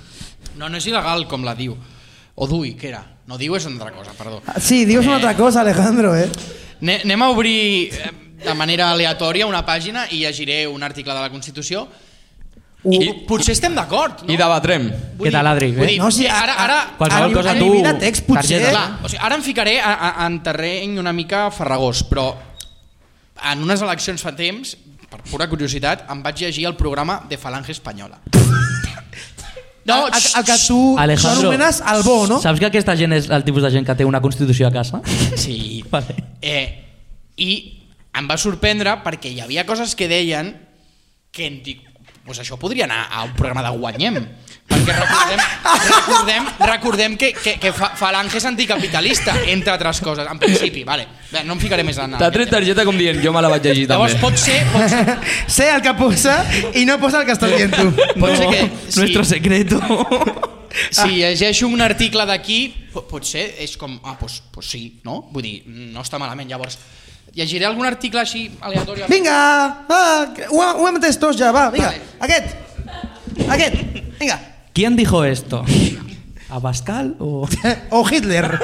S1: no, no és il·legal com la diu. O dui, que era. No diu és una altra cosa, perdó.
S2: Sí, dius una altra cosa, Alejandro, eh.
S1: Ne anem a obrir eh, de manera aleatòria una pàgina i llegiré un article de la Constitució. I, potser estem d'acord, no?
S3: I debatrem.
S1: Vull
S4: Què tal, Adri?
S1: Vull
S4: Bé?
S1: dir,
S2: No, sí,
S1: ara, ara,
S4: Qualsevol
S2: Ara-
S4: cosa
S2: ara
S4: tu...
S2: hi havia text, potser.
S4: targeta.
S1: Clar, o sigui, ara em ficaré a, a, en terreny una mica farragós, però en unes eleccions fa temps, per pura curiositat, em vaig llegir el programa de Falange Espanyola. No,
S2: el, el que tu
S4: Alejandro.
S2: anomenes el bo, no?
S4: Saps que aquesta gent és el tipus de gent que té una Constitució a casa?
S1: Sí.
S4: Vale.
S1: Eh, I em va sorprendre perquè hi havia coses que deien que em dic, pues això podria anar a un programa de Guanyem. Perquè recordem, recordem, recordem que, que, que fa, Falange és anticapitalista, entre altres coses, en principi. Vale. Bé, no em ficaré més en...
S3: T'ha tret targeta com dient, jo me la vaig llegir
S1: Llavors
S3: també.
S1: pot ser, pot ser,
S2: Sé el que posa i no posa el que estàs dient tu.
S1: pot ser que...
S4: Oh, Nuestro secreto.
S1: si llegeixo un article d'aquí, po- potser és com, ah, doncs pues sí, no? Vull dir, no està malament, llavors llegiré algun article així aleatori.
S2: Vinga, ah, ho, ho hem entès tots ja, va, vinga.
S1: Vale.
S2: Aquest, aquest, vinga.
S4: ¿Quién dijo esto? ¿A Pascal o...?
S2: O Oh, Hitler,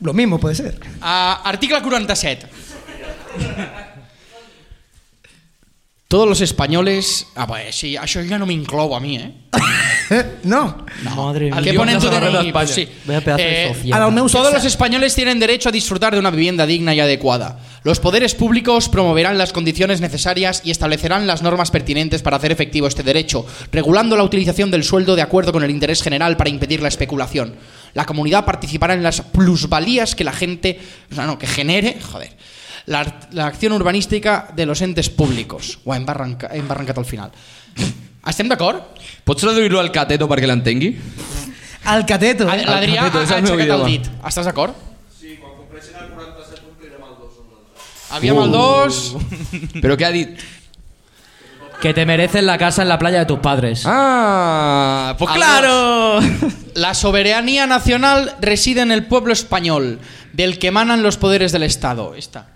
S2: lo mismo puede ser.
S1: Uh, article 47. Todos los españoles... Ah, bé, sí, això ja no m'inclou a mi, eh?
S2: Eh, no,
S4: Madre
S1: El que ponen tu DNI,
S3: samarreta d'Espanya.
S1: pues sí.
S4: Vaya pedazo de
S2: a
S4: social.
S2: la meu
S1: Todos los
S2: sexe.
S1: españoles tienen derecho a disfrutar de una vivienda digna y adecuada. Los poderes públicos promoverán las condiciones necesarias y establecerán las normas pertinentes para hacer efectivo este derecho, regulando la utilización del sueldo de acuerdo con el interés general para impedir la especulación. La comunidad participará en las plusvalías que la gente, o sea, no, que genere, joder, la, art- la acción urbanística de los entes públicos. Buah, hem, barranca, hem barrancat al final. Estem d'acord?
S3: Pots traduir-lo al cateto perquè l'entengui?
S2: Al cateto. eh?
S1: L'Adrià ha aixecat el dit. Estàs d'acord? Sí, quan compleixin el 47 complirem el 2. Havíem el 2.
S3: Uh. Però què ha dit?
S4: Que te mereces la casa en la playa de tus padres.
S3: Ah, pues
S1: Al
S3: claro.
S1: La soberanía nacional reside en el pueblo español, del que emanan los poderes del Estado. Esta.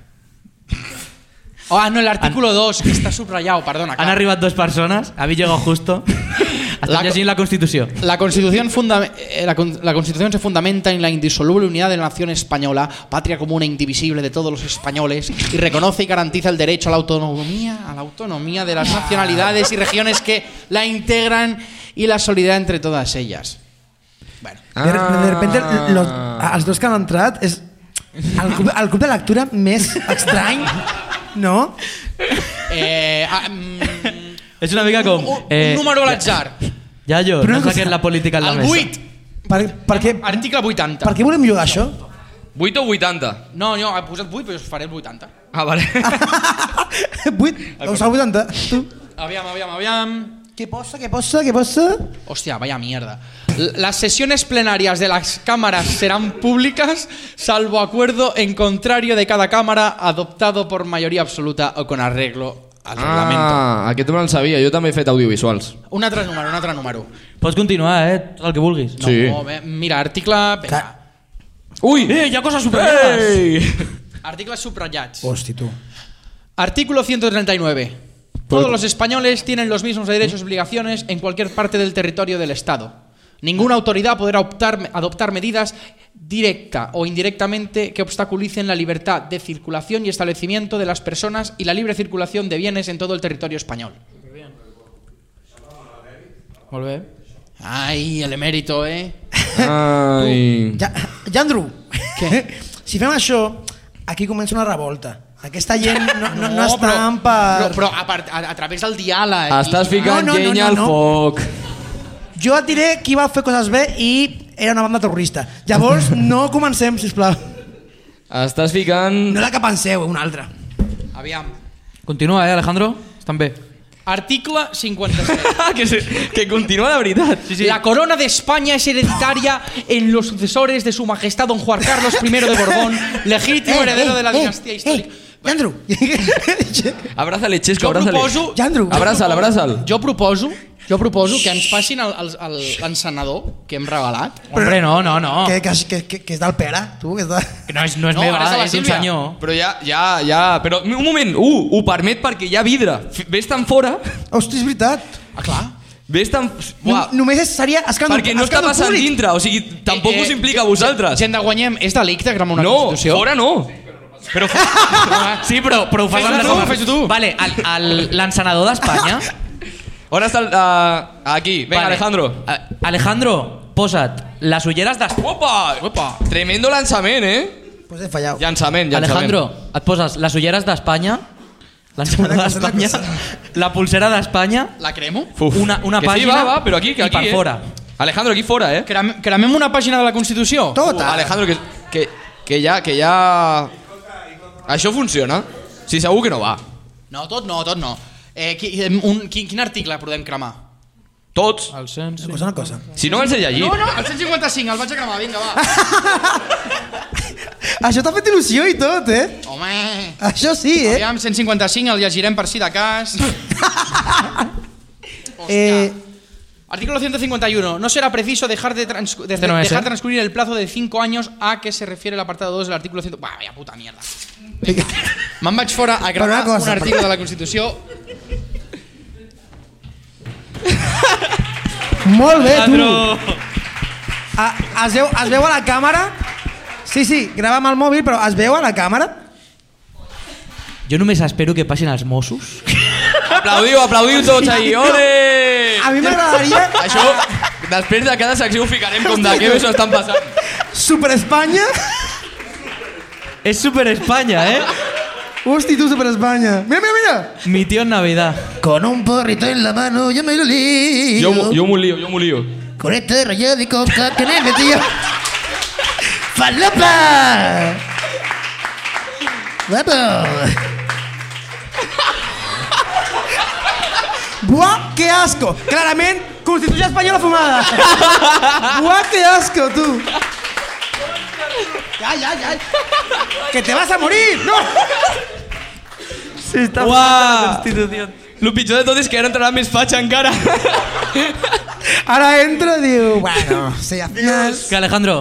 S1: Ah, no, el artículo 2, que está subrayado, perdona.
S4: Han
S1: clar.
S4: arribat dos persones, habéis llegado justo. Estan
S1: La-
S4: llegint la Constitució.
S1: La Constitución, funda- eh, la, con- la Constitución se fundamenta en la indisoluble unidad de la nación española, patria común e indivisible de todos los españoles, y reconoce y garantiza el derecho a la autonomía, a la autonomía de las nacionalidades y regiones que la integran y la solidaridad entre todas ellas.
S2: De,
S3: Ah.
S2: de repente,
S1: Ah.
S2: los, els dos que han entrat és el club, el club de lectura més estrany, no?
S1: Eh, ah, mm,
S4: És una mica com... eh,
S1: un, un número a l'atzar.
S4: Ja, jo,
S2: Però
S4: no
S2: una cosa-
S4: saquem la política en la
S1: El
S4: mesa.
S1: 8,
S2: Per, per, què,
S1: article 80.
S2: per què volem llogar això?
S3: 8 o 80.
S1: No, no, ha posat 8, però us faré el 80.
S3: Ah, vale.
S2: 8, 80, tu.
S1: Aviam, aviam, aviam...
S2: Què posa, què posa, què posa?
S1: Hostia, vaya mierda. L- Las sesiones plenarias de las cámaras serán públicas, salvo acuerdo en contrario de cada cámara adoptado por mayoría absoluta o con arreglo al reglamento.
S3: Ah, aquest no el sabia. Jo també he fet audiovisuals.
S1: Un altre número, un altre número.
S4: Pots continuar, eh? Tot el que vulguis.
S1: No,
S3: Sí.
S1: bé, mira, article... Venga.
S3: Ui!
S4: Eh, hi ha coses superades.
S1: Articles subrayats.
S2: Hosti, tu.
S1: Artículo 139. Todos los españoles tienen los mismos derechos y obligaciones en cualquier parte del territorio del Estado. Ninguna autoridad podrá optar- adoptar medidas directa o indirectamente que obstaculicen la libertad de circulación y establecimiento de las personas y la libre circulación de bienes en todo el territorio español. Volver. Ay, el emérito, ¿eh?
S3: Ai.
S2: Ja, Jandro, Mm. què? si fem això, aquí comença una revolta. Aquesta gent no, no, no, no
S1: pero-
S2: estan per...
S1: pero- pero a, part- a- a través del diálogo. eh,
S3: Estàs
S1: y-
S3: ficant
S2: No, no, no,
S3: llenya
S2: no, no.
S3: al foc.
S2: Jo et diré qui va fer coses bé i era una banda terrorista. Llavors, no comencem, sisplau.
S3: Estàs ficant...
S2: No la que penseu, una altra.
S1: eh, Aviam.
S4: Continua, eh, Alejandro? Estan bé.
S1: Artículo 57.
S3: que, se, que continua de veritat. Sí,
S1: La corona de España es hereditaria en los sucesores de su majestad don Juan Carlos I de Borbón, legítimo heredero de la dinastía histórica.
S2: Jandro!
S3: Abraça-li, Xesco,
S1: Jo
S3: abraça-li.
S1: proposo...
S2: Jandro.
S3: Abraça'l, abraça'l.
S1: Jo proposo, jo proposo que ens passin el- el- el- l'encenador que hem regalat.
S4: Hombre, no, no, no.
S2: que, que, que, que, que és del Pere, tu, que és de...
S4: Que No és, no és
S1: No,
S4: meva,
S1: ara és de la
S4: és d'un
S1: Sílvia.
S4: senyor.
S3: Però ja, ja, ja... Però un moment, uh, ho permet perquè hi ha vidre. F- Ves tan fora,
S2: Hosti, és veritat.
S1: Ah, clar.
S3: ves tan...
S2: No,
S3: Buah,
S2: només és, seria escàndol,
S3: perquè no està
S2: escàndol
S3: passant
S2: públic.
S3: dintre, o sigui, tampoc
S1: Eh, eh,
S3: us implica a vosaltres.
S1: Gent de guanyem, és delicte crear una
S3: No,
S1: constitució?
S3: fora no. Però
S4: Sí, però, però ho fas
S1: Fes-ho
S4: amb les
S1: tu,
S4: mans.
S1: fes-ho tu.
S4: Vale, el- el- l'encenador d'Espanya...
S3: on està el... Uh, aquí, venga,
S4: Vale.
S3: Alejandro.
S4: Eh, Alejandro, posa't les ulleres d'Espanya.
S3: Opa! Opa! Tremendo lançament, eh?
S2: Pues he fallat.
S3: Llançament, llançament.
S4: Alejandro, et poses les ulleres d'Espanya, l'encenador
S2: Espera, que
S4: d'Espanya,
S2: se la
S4: la pulsera d'Espanya,
S1: La cremo?
S3: Uf.
S4: una- una
S3: que
S4: pàgina
S3: Sí, va, va, però aquí, que
S4: i
S3: aquí,
S4: per
S3: eh?
S4: fora.
S3: Alejandro, aquí fora, eh?
S1: Crem- cremem una pàgina de la Constitució?
S2: Tota.
S3: Uh, Alejandro, que, que, que ja... Que ja... Això funciona? Sí, segur que no va.
S1: No, tot no, tot no. Eh, qui, un, quin, quin article podem cremar?
S3: Tots.
S4: El sens...
S2: Una cosa, una cosa.
S3: Si no els he llegit.
S1: No, no, el 155, el vaig a cremar, vinga, va.
S2: Això t'ha fet il·lusió i tot, eh?
S1: Home...
S2: Això sí, eh?
S1: Aviam, 155 el llegirem per si de cas.
S2: eh
S1: Artículo 151. No será preciso dejar de, transcu- de-
S4: Este no es,
S1: dejar
S4: ¿eh?
S1: transcurrir el plazo de 5 años a que se refiere el apartado 2 del artículo 100. Bah, vaya puta mierda. Me'n vaig fora a
S2: Però una
S1: gravar un
S2: cosa,
S1: article de la Constitució.
S2: molt bé, tu.
S4: Alejandro!
S2: A, es, veu, es veu a la càmera? Sí, sí, grava amb el mòbil, però es veu a la càmera?
S4: Jo només espero que passin els Mossos.
S3: Aplaudiu, aplaudiu tots ahí, ole!
S2: A mi m'agradaria...
S3: Això, després de cada secció ho ficarem com de què bé s'ho estan passant.
S2: Super Espanya?
S4: És super Espanya, eh?
S2: Hosti, tu, Super Espanya. Mira, mira, mira.
S4: Mi tío en Navidad.
S11: Con un porrito en la mano yo me lo lío.
S3: Jo, m'ho- jo m'ho lio, jo m'ho lio.
S11: Con este rayo de coca que me he metido. ¡Falopa! ¡Vamos!
S2: Buah, que qué asco! Claramente, Constitución Española fumada. ¡Guau, qué asco, tú! ¡Ya, ya, ya! ¡Que te vas a morir! ¡No!
S4: Se está
S3: fumant la
S4: Constitución.
S3: El pitjor de tot és que ara entrarà més fatxa encara.
S2: Ahora entro y digo, bueno, sí, al final...
S4: Que Alejandro,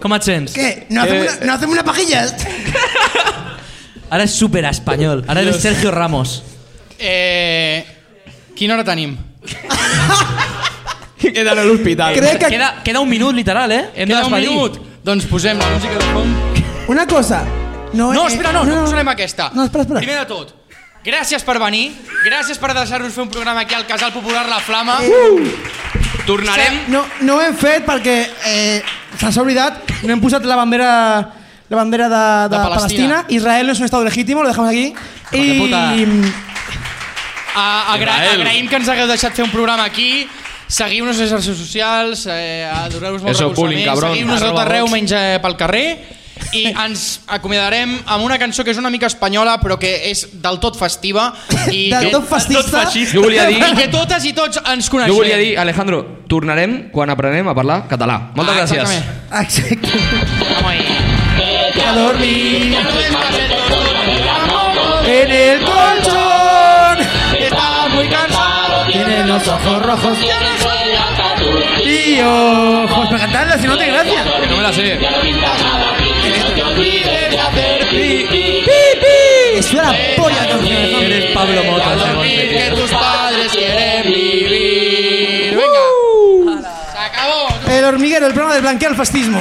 S4: com et sents?
S2: ¿Qué? ¿No
S4: Eh,
S2: hacemos, una, ¿No hacemos una pajilla?
S4: Ara és super espanyol. Ara eres
S1: Dios.
S4: Sergio Ramos.
S1: Eh, quina hora tenim?
S3: Queda a l'hospital.
S2: Crec que-
S4: Queda, queda un minut, literal, eh? Hem de
S1: Queda un
S4: despedir.
S1: minut. Doncs posem la música de fons.
S2: Una cosa. No,
S1: No,
S2: eh,
S1: espera, no, no posarem aquesta.
S2: No, espera, espera.
S1: Primer de tot, gràcies per venir, gràcies per deixar-nos fer un programa aquí al Casal Popular La Flama.
S3: Tornarem...
S2: No, no ho hem fet perquè eh, s'ha oblidat, no hem posat la bandera la bandera de, de,
S1: De Palestina. Ah,
S2: Palestina. Israel no es un estado legítimo, lo dejamos aquí.
S4: de puta.
S1: A, agra
S3: Israel.
S1: agraïm que ens hagueu deixat fer un programa aquí. Seguiu-nos a les xarxes socials, eh, adoreu-nos molt
S3: Eso, bullying, cabron.
S1: seguiu-nos a tot
S3: Arroba
S1: arreu,
S3: Vox.
S1: menys eh, pel carrer. I ens acomiadarem amb una cançó que és una mica espanyola, però que és del tot festiva. I
S2: Del
S1: que,
S2: tot fascista.
S3: Jo volia dir...
S1: I que totes i tots ens coneixem.
S3: Jo volia dir, Alejandro, tornarem quan aprenem a parlar català. Moltes
S1: Ah,
S3: gràcies.
S1: exactament.
S2: Exacte.
S1: Vamos ahí.
S2: A dormir
S1: No despaces,
S2: en el colchón.
S1: Estaba muy cansado.
S2: Tiene los ojos rojos. Y ojos. Para cantarla, si no te gracia.
S3: Que no me la sé.
S2: Es una polla canción.
S4: Eres Pablo Mota.
S1: A dormir que tus padres quieren vivir. Venga. Se acabó.
S2: El hormiguero, el programa de blanquear el fascismo.